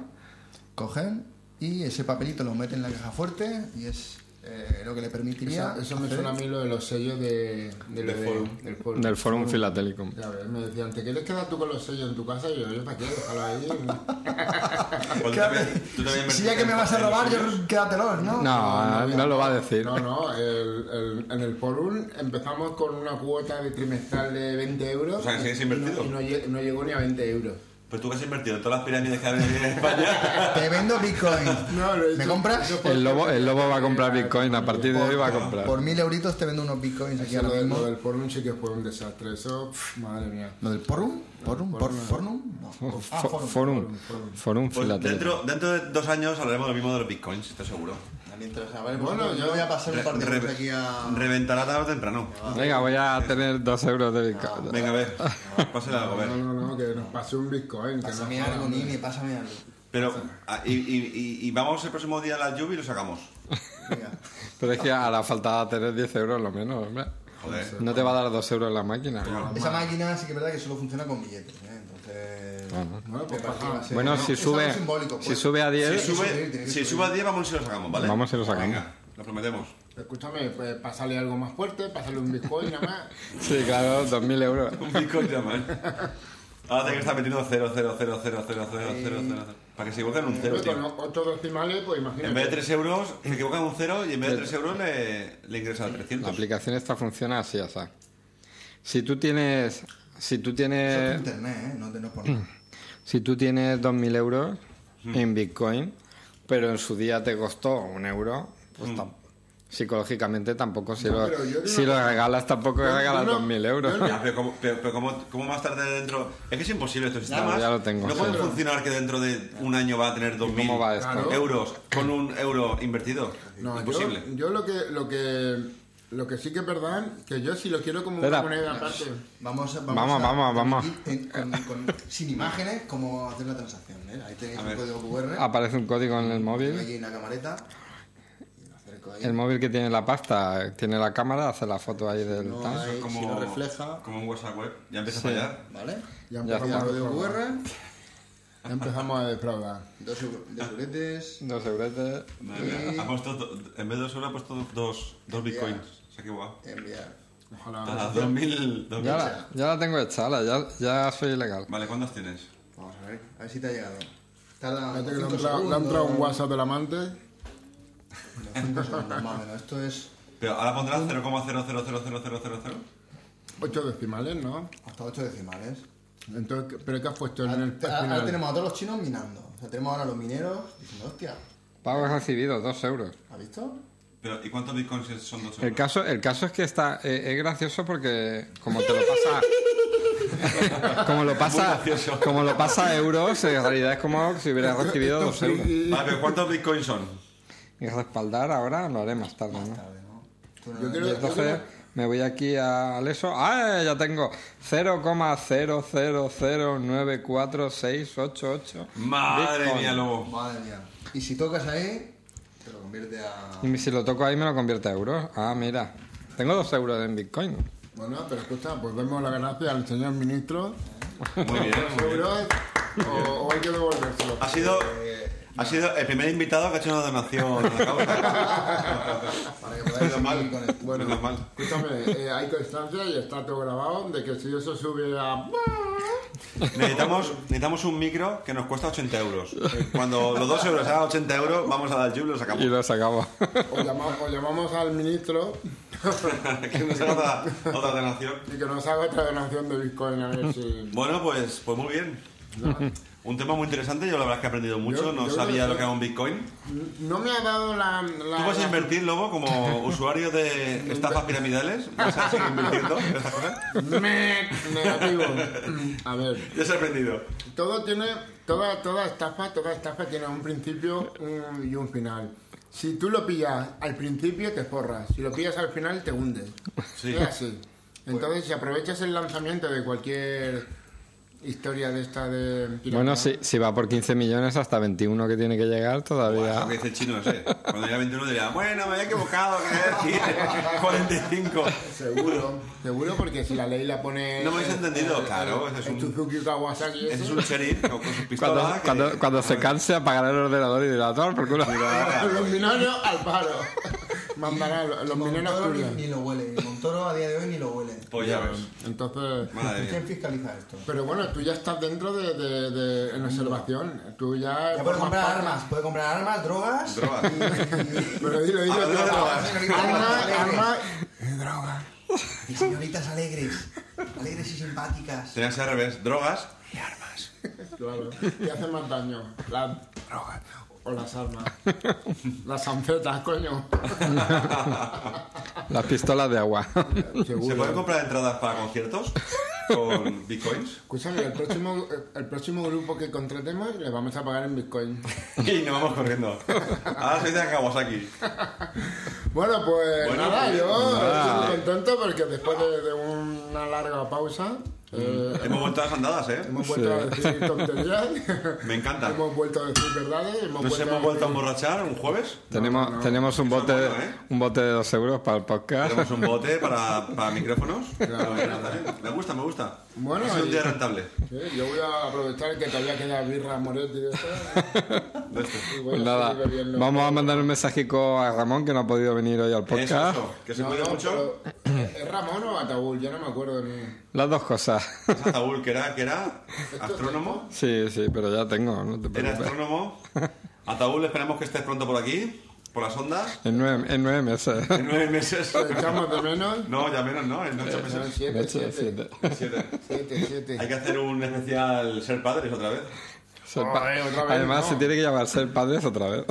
Speaker 4: cogen y ese papelito lo meten en la caja fuerte y es eh, lo que le permitiría.
Speaker 1: Eso, eso me
Speaker 4: hacer-
Speaker 1: suena a mí lo de los sellos de, de, lo
Speaker 3: Del
Speaker 1: de-
Speaker 3: forum.
Speaker 1: del forum.
Speaker 2: Del Forum Filatélicum.
Speaker 1: Ya ves, me decían, ¿te quieres quedar tú con los sellos en tu casa? Y yo, yo para qué, déjalo ahí.
Speaker 3: Pues tú
Speaker 4: Claro,
Speaker 3: también- tú también metes
Speaker 4: si ya que me vas a
Speaker 3: en los
Speaker 4: robar,
Speaker 3: suyos.
Speaker 4: yo quédatelo, ¿no?
Speaker 2: No, no lo va a decir.
Speaker 1: No, no, el- el- en el forum empezamos con una cuota de trimestral de 20 euros.
Speaker 3: O sea, que sigues
Speaker 1: y no-
Speaker 3: invertido.
Speaker 1: Y no, lle- no llegó ni a 20 euros.
Speaker 3: Pues tú que has invertido en todas las pirámides que había en España.
Speaker 4: Te vendo Bitcoin.
Speaker 1: No, lo he
Speaker 4: ¿Me
Speaker 1: hecho-
Speaker 4: compras?
Speaker 1: eso fue-
Speaker 2: El lobo, el lobo va a comprar Bitcoin. A partir de hoy va a comprar.
Speaker 4: Por mil euritos te vendo unos Bitcoins aquí
Speaker 1: Eso,
Speaker 4: ahora
Speaker 1: lo, de-
Speaker 4: mismo.
Speaker 1: lo del forum sí que fue un desastre. Eso, pf, madre mía.
Speaker 4: ¿Lo del Porum? ¿Porum? ¿Por- ¿Fornum? No. Ah,
Speaker 2: Fo- Forum. Forum
Speaker 3: Pues
Speaker 2: Filatélicum.
Speaker 3: dentro, dentro de dos años hablaremos lo mismo de los bitcoins, estoy seguro.
Speaker 4: Mientras, a ver,
Speaker 1: Bueno,
Speaker 4: bueno, yo
Speaker 1: yo-
Speaker 4: voy a pasar un par de
Speaker 3: Re-
Speaker 4: horas aquí a.
Speaker 3: Reventará tarde o temprano.
Speaker 2: Venga, voy a tener dos euros de Bitcoin.
Speaker 3: Venga, a ver. Pásala algo, a ver.
Speaker 1: No, no, no, que nos pasó un Bitcoin. que
Speaker 4: Pásame
Speaker 1: no-
Speaker 4: algo, Nini, pásame algo.
Speaker 3: Pero, ah, y, y- y- y vamos el próximo día a la lluvia y lo sacamos.
Speaker 4: Venga.
Speaker 2: Pero es que hará falta tener 10 euros lo menos, hombre.
Speaker 3: Joder.
Speaker 2: No te va a dar 2 euros la máquina.
Speaker 4: Esa máquina sí que es verdad que solo funciona con billetes, ¿eh? entonces.
Speaker 1: Bueno, pues
Speaker 4: Me parece que va a ser-
Speaker 2: Bueno,
Speaker 4: no,
Speaker 2: si
Speaker 4: es algo
Speaker 2: sube,
Speaker 4: simbólico,
Speaker 2: si
Speaker 4: pues.
Speaker 2: sube a
Speaker 3: Si
Speaker 2: 10,
Speaker 4: subir, tiene
Speaker 3: sube,
Speaker 4: que
Speaker 3: si
Speaker 4: subir.
Speaker 3: sube a 10, vamos y lo sacamos, ¿vale?
Speaker 2: Vamos y lo sacamos.
Speaker 3: Venga, lo prometemos.
Speaker 1: Escúchame, pues, pásale algo más fuerte, pásale un Bitcoin nada más.
Speaker 2: sí, claro, 2.000 euros.
Speaker 3: Un bitcoin ya más. Ahora tengo que estar metiendo 0, 0, 0, 0, 0, 0, 0, 0. Para que se equivoquen un 0, tío.
Speaker 1: Pues Con ocho decimales, pues imagínate.
Speaker 3: En vez de 3 euros, se equivocan un 0 y en vez de 3 euros le, le ingresa
Speaker 2: La
Speaker 3: 300.
Speaker 2: aplicación esta funciona así, o sea. Si tú tienes, si tú
Speaker 4: Eso es
Speaker 2: tienes,
Speaker 4: internet, ¿eh? No te no es por nada.
Speaker 2: si tú tienes 2.000 euros en Bitcoin, pero en su día te costó un euro, pues tam- psicológicamente tampoco si, lo,
Speaker 1: pero yo digo
Speaker 2: si lo regalas tampoco
Speaker 1: yo
Speaker 2: regalas
Speaker 1: no-
Speaker 2: 2.000 euros.
Speaker 3: Ya, pero ¿cómo, pero, pero cómo, cómo más tarde dentro? Es que es imposible estos sistemas.
Speaker 2: ya lo tengo,
Speaker 3: no
Speaker 2: sí.
Speaker 3: puede funcionar que dentro de un año va a tener 2.000
Speaker 2: cómo va esto?
Speaker 1: Claro.
Speaker 3: euros con un euro invertido.
Speaker 1: No,
Speaker 3: Eh, imposible.
Speaker 1: Yo, yo lo que lo que lo que sí que es verdad, que yo si lo quiero como
Speaker 2: Espera.
Speaker 1: una moneda aparte.
Speaker 4: Vamos, a-
Speaker 2: Vamos,
Speaker 4: a-
Speaker 2: vamos, vamos.
Speaker 4: y- en- con- con- sin imágenes, cómo hacer la transacción, ¿eh? Ahí tenéis
Speaker 3: A
Speaker 4: un
Speaker 3: ver.
Speaker 4: código QR.
Speaker 2: Aparece un código en el
Speaker 4: tengo
Speaker 2: móvil.
Speaker 4: Aquí en la camareta. Y lo acerco ahí.
Speaker 2: El móvil que tiene la pasta, tiene la cámara, hace la foto ahí del
Speaker 4: No
Speaker 2: tal.
Speaker 4: hay- si lo refleja.
Speaker 3: como un WhatsApp web. Ya empieza
Speaker 2: Sí.
Speaker 3: a fallar.
Speaker 4: ¿Vale?
Speaker 1: Ya
Speaker 2: Ya
Speaker 1: empezamos,
Speaker 4: Tengo el
Speaker 1: a
Speaker 4: código
Speaker 1: defraudar.
Speaker 4: QR.
Speaker 1: Ya empezamos a defraudar.
Speaker 4: Dos, eu- dos euretes.
Speaker 2: Dos euretes.
Speaker 3: Madre mía, Ha puesto, do- en vez de 2 euros, ha puesto dos, dos bitcoins. Se ha equivocado.
Speaker 4: Ah, Enviar.
Speaker 1: Ojalá.
Speaker 3: Ah, 2.000.
Speaker 2: Ya
Speaker 3: 2.000.
Speaker 2: la, ya la tengo echada, ya, ya soy ilegal.
Speaker 3: Vale, ¿cuántas tienes?
Speaker 4: Vamos a ver, a ver si te ha llegado. Tarda
Speaker 1: Fíjate que
Speaker 4: cinco
Speaker 1: le ha entrado- le ha
Speaker 4: segundos.
Speaker 1: entrado un WhatsApp del amante.
Speaker 4: Los cinco segundos, más o menos. Esto es
Speaker 3: Pero ahora pondrás 0,0000000.
Speaker 1: 8 decimales, ¿no?
Speaker 4: hasta 8 decimales.
Speaker 1: Entonces, ¿Pero qué has puesto en el
Speaker 4: Ahora, ahora
Speaker 1: final?
Speaker 4: Ah, tenemos a todos los chinos minando. O sea, tenemos ahora a los mineros diciendo, hostia,
Speaker 2: Pagos recibidos, 2 euros.
Speaker 4: ¿has visto?
Speaker 3: Pero, ¿Y cuántos bitcoins son dos
Speaker 2: El
Speaker 3: euros?
Speaker 2: caso, el caso es que está eh, es gracioso porque como te lo pasa como lo pasa
Speaker 3: Muy gracioso.
Speaker 2: como lo pasa a euros en realidad es como si hubieras recibido dos euros
Speaker 1: Y-
Speaker 3: Vale, pero ¿cuántos bitcoins son?
Speaker 2: y respaldar ahora lo haré más tarde ¿no?
Speaker 4: Tarde, ¿no? Tú no-
Speaker 1: Yo creo,
Speaker 2: Y
Speaker 1: yo
Speaker 2: entonces
Speaker 1: creo-
Speaker 2: me voy aquí a- al eso ah ya tengo 0,000946888
Speaker 3: Madre
Speaker 2: Bitcoin.
Speaker 3: mía, lobo.
Speaker 4: Madre mía. Y si tocas ahí, te lo convierte a...
Speaker 2: y si lo toco ahí me lo convierte a euros ah mira tengo dos euros en bitcoin
Speaker 1: Bueno, pero escucha, pues vemos la ganancia al señor ministro.
Speaker 3: Muy bien, muy bien.
Speaker 1: ¿Euros? O, o hay que devolvérselo. Eh,
Speaker 3: Ha sido, ha sido el primer invitado que ha hecho una donación a la causa.
Speaker 4: Para que podáis
Speaker 3: Menos mal.
Speaker 4: seguir con el...
Speaker 1: Bueno,
Speaker 3: Menos mal.
Speaker 1: escúchame, eh, hay constancia y está todo grabado de que si eso sube a...
Speaker 3: Necesitamos, necesitamos un micro que nos cuesta 80 euros. Cuando los 2 euros hagan 80 euros, vamos a dar y lo
Speaker 2: y
Speaker 3: sacamos.
Speaker 2: lo sacamos
Speaker 1: O llamamos, o llamamos al ministro
Speaker 3: que nos haga otra, otra donación.
Speaker 1: y que nos haga otra donación de Bitcoin a ver si...
Speaker 3: Bueno, pues, pues muy bien. Un tema muy interesante, yo la verdad es que he aprendido mucho,
Speaker 1: Yo-
Speaker 3: no
Speaker 1: yo
Speaker 3: sabía
Speaker 1: creo-
Speaker 3: lo que era un Bitcoin.
Speaker 1: No me ha dado la... la
Speaker 3: Tú vas a
Speaker 1: la-
Speaker 3: invertir, Lobo, como usuario de estafas piramidales, vas a seguir invirtiendo en estas cosas.
Speaker 1: Me- Negativo. A ver,
Speaker 3: Ya se ha aprendido.
Speaker 1: todo tiene... Toda, toda estafa, toda estafa tiene un principio un- y un final. Si tú lo pillas al principio, te forras. Si lo pillas al final, te hundes.
Speaker 3: Sí.
Speaker 1: Es así. Entonces, si aprovechas el lanzamiento de cualquier historia de esta de...
Speaker 2: Bueno,
Speaker 1: pirata,
Speaker 2: si, si va por 15 millones hasta 21 que tiene que llegar
Speaker 3: Eso
Speaker 2: todavía.
Speaker 3: que dice el chino ese. Cuando llega 21 diría, bueno, me había equivocado, que decir 45.
Speaker 1: Seguro, seguro porque si la ley la pone...
Speaker 3: No me habéis entendido, claro, ese
Speaker 1: Ese
Speaker 3: es
Speaker 1: es
Speaker 3: un-
Speaker 1: Suzuki Kawasaki.
Speaker 3: Ese es
Speaker 1: eso.
Speaker 3: un sheriff con con sus pistolas.
Speaker 2: Cuando,
Speaker 3: que-
Speaker 2: cuando, cuando se canse apagará el ordenador y dirá, "A tomar por culo".
Speaker 3: Claro.
Speaker 1: Los mineros al paro. Mandará los, los mineros
Speaker 4: Montoro ni,
Speaker 1: Asturias.
Speaker 4: ni lo huele. y Montoro a día de hoy ni lo huele.
Speaker 3: Pues ya ves.
Speaker 1: Entonces...
Speaker 3: Madre mía.
Speaker 4: ¿Quién fiscaliza esto?
Speaker 1: Pero bueno, tú ya estás dentro de, de, de- en observación. Tú ya...
Speaker 4: Ya
Speaker 1: formas
Speaker 4: puede comprar
Speaker 1: parte-
Speaker 4: armas, puede comprar armas, drogas.
Speaker 3: Drogas.
Speaker 1: Pero dilo, dilo.
Speaker 3: Ah,
Speaker 1: dilo.
Speaker 3: drogas.
Speaker 1: Armas, armas...
Speaker 4: Y señoritas alegres, alegres y simpáticas.
Speaker 3: Tenía que ser al revés. Drogas y armas.
Speaker 1: Claro, te hace más daño. Las drogas o las armas. Las anfetas, coño.
Speaker 2: Las pistolas de agua.
Speaker 3: ¿Se pueden
Speaker 1: Seguro.
Speaker 3: comprar entradas para conciertos con bitcoins?
Speaker 1: Escúchame, el próximo, el próximo grupo que contratemos le vamos a pagar en Bitcoin.
Speaker 3: Y nos vamos corriendo. Ahora soy de Kawasaki.
Speaker 1: Bueno, pues
Speaker 3: Bueno,
Speaker 1: nada,
Speaker 3: pues,
Speaker 1: yo
Speaker 3: nada.
Speaker 1: estoy contento porque después de, de una larga pausa eh,
Speaker 3: Hemos vuelto a las andadas, ¿eh?
Speaker 1: hemos vuelto a decir tonterías.
Speaker 3: Me encanta.
Speaker 1: hemos vuelto a decir verdades. Hemos
Speaker 3: Nos
Speaker 1: vuelto
Speaker 3: hemos
Speaker 1: a
Speaker 3: vuelto a
Speaker 1: decir-
Speaker 3: emborrachar un jueves.
Speaker 2: tenemos tenemos un,
Speaker 3: Eso es
Speaker 2: bote,
Speaker 3: bueno, ¿eh?
Speaker 2: un bote de 2 euros para el podcast.
Speaker 3: Tenemos un bote para, para micrófonos. Bueno, está bien. Me gusta, me gusta.
Speaker 1: Bueno,
Speaker 3: ha sido un
Speaker 1: y-
Speaker 3: día rentable.
Speaker 1: Sí, yo voy a aprovechar que todavía queda birra Moretti y eso,
Speaker 3: De esto.
Speaker 1: y voy
Speaker 2: Pues
Speaker 1: a
Speaker 2: nada,
Speaker 1: seguir bebiendo.
Speaker 2: vamos a mandar un mensajico a Ramón que no ha podido venir hoy al
Speaker 3: Eso,
Speaker 2: podcast.
Speaker 3: eso, que se
Speaker 1: No,
Speaker 3: cuide
Speaker 1: no,
Speaker 3: mucho.
Speaker 1: pero, eh, ¿Es Ramón o Ataúl? Ya no me acuerdo ni.
Speaker 2: Las dos cosas.
Speaker 3: Es Ataúl, que era, que era astrónomo.
Speaker 2: Sí, sí, pero ya tengo, no te
Speaker 3: Era
Speaker 2: preocupes.
Speaker 3: astrónomo. Ataúl, esperamos que estés pronto por aquí, por las ondas.
Speaker 2: En nueve, en nueve meses.
Speaker 3: En nueve meses.
Speaker 1: Lo echamos Eh, de menos.
Speaker 3: No, ya menos, ¿no? En ocho
Speaker 1: Son
Speaker 3: meses.
Speaker 1: siete,
Speaker 2: Ocho,
Speaker 1: siete.
Speaker 2: siete.
Speaker 3: Siete.
Speaker 1: Siete, siete.
Speaker 3: Hay que hacer un especial ser padres otra vez.
Speaker 2: Ser pa-
Speaker 1: Joder, otra vez,
Speaker 2: Además,
Speaker 1: no.
Speaker 2: se tiene que llamar ser padres otra vez.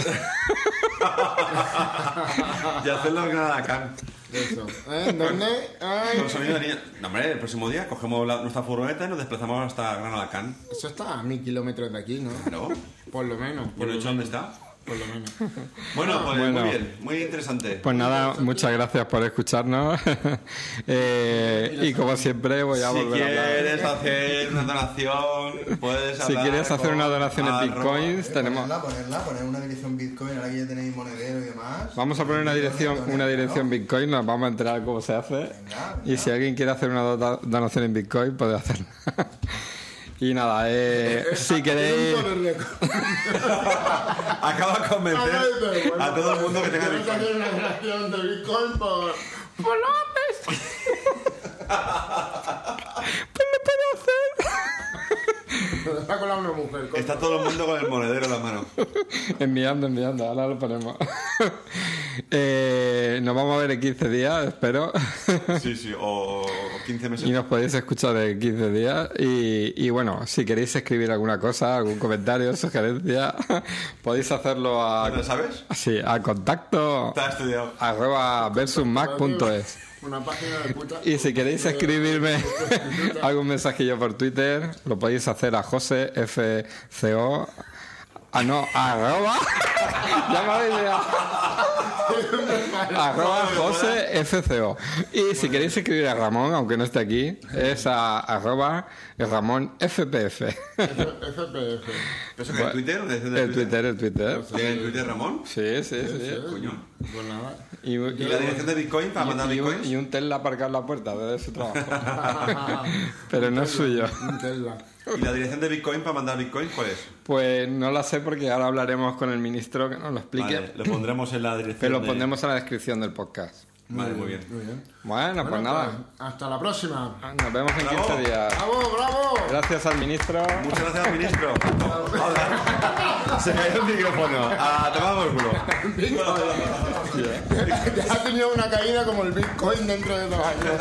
Speaker 3: Y hacerlo en Granada Can.
Speaker 1: Eso. ¿Eh? ¿Dónde? Ay.
Speaker 3: Con sonido de niña. No, hombre, el próximo día cogemos la- nuestra furgoneta y nos desplazamos hasta Granada Can.
Speaker 1: Eso está a mil kilómetros de aquí, ¿no?
Speaker 3: Claro.
Speaker 1: Por lo menos. Por,
Speaker 3: Bueno,
Speaker 1: lo,
Speaker 3: ¿y dónde está?
Speaker 1: por lo menos.
Speaker 3: Bueno, pues
Speaker 2: Bueno.
Speaker 3: muy bien, muy interesante.
Speaker 2: Pues nada, muchas gracias por escucharnos. Eh, y como siempre, voy a
Speaker 3: Si
Speaker 2: volver a hablar.
Speaker 3: quieres hacer una donación, puedes
Speaker 2: Si
Speaker 3: hablar
Speaker 2: quieres hacer
Speaker 3: con
Speaker 2: una donación en
Speaker 3: arroba-
Speaker 2: bitcoins, tenemos.
Speaker 4: Ponerla, ponerla, poner una dirección Bitcoin, ahora que ya tenéis monedero y demás.
Speaker 2: Vamos a poner una dirección, una dirección Bitcoin, nos vamos a enterar cómo se hace. Y si alguien quiere hacer una dota- donación en Bitcoin, puede hacerlo. Y nada, eh, si queréis,
Speaker 1: Tiene un poder de-
Speaker 3: Acaba de convencer
Speaker 1: Ay, pero bueno.
Speaker 3: a todo el mundo que tenga
Speaker 1: Vamos a
Speaker 3: bitcoin.
Speaker 1: hacer una donación de Bitcoin por...
Speaker 2: Pues
Speaker 1: Ha colado una mujer. coño.
Speaker 3: Está todo el mundo con el monedero en la mano.
Speaker 2: Enviando, enviando, ahora lo ponemos. Eh, nos vamos a ver en 15 días, espero.
Speaker 3: Sí, sí, o, o 15 meses.
Speaker 2: Y nos podéis escuchar en 15 días. Y, y bueno, si queréis escribir alguna cosa, algún comentario, sugerencia, podéis hacerlo
Speaker 3: ¿Lo
Speaker 2: a,
Speaker 3: sabes?
Speaker 2: sí, a contacto
Speaker 3: Está estudiado.
Speaker 2: arroba versusmac.es.
Speaker 1: Una página de puta. Eh,
Speaker 2: Y si queréis escribirme algún mensajillo por Twitter, lo podéis hacer a José FCO. Ah, no, arroba. ya me habéis liado. Arroba José FCO. Y si queréis escribir a Ramón, aunque no esté aquí, es a arroba Ramón FPF.
Speaker 1: FPF.
Speaker 3: ¿Eso que en Twitter? ¿Desde
Speaker 2: el Twitter, el Twitter.
Speaker 3: ¿En Twitter, Ramón?
Speaker 2: Sí, sí, sí.
Speaker 3: Coño.
Speaker 1: Pues nada.
Speaker 2: Y,
Speaker 3: ¿Y la dirección de Bitcoin para mandar
Speaker 2: y- y un,
Speaker 3: Bitcoins?
Speaker 2: y un Tesla aparcado en la puerta desde su trabajo. Pero no es suyo.
Speaker 1: Un Tesla.
Speaker 3: ¿Y la dirección de Bitcoin para mandar Bitcoins cuál es?
Speaker 2: Pues no la sé porque ahora hablaremos con el ministro que nos lo explique.
Speaker 3: Vale, lo pondremos en la dirección.
Speaker 2: pero lo
Speaker 3: de-
Speaker 2: pondremos en la descripción del podcast.
Speaker 3: Vale, muy bien.
Speaker 1: Muy bien.
Speaker 2: Bueno, pues
Speaker 1: Bueno,
Speaker 2: nada.
Speaker 1: pues, Hasta la próxima.
Speaker 2: Nos vemos en
Speaker 3: pues, Bravo.
Speaker 2: 15 días.
Speaker 1: ¡Bravo, bravo!
Speaker 2: Gracias al ministro.
Speaker 3: Muchas gracias, ministro. Hola. Se cayó el micrófono. A tomar por culo.
Speaker 1: Ha tenido una caída como el Bitcoin dentro de dos años.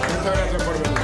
Speaker 1: Muchas gracias por venir.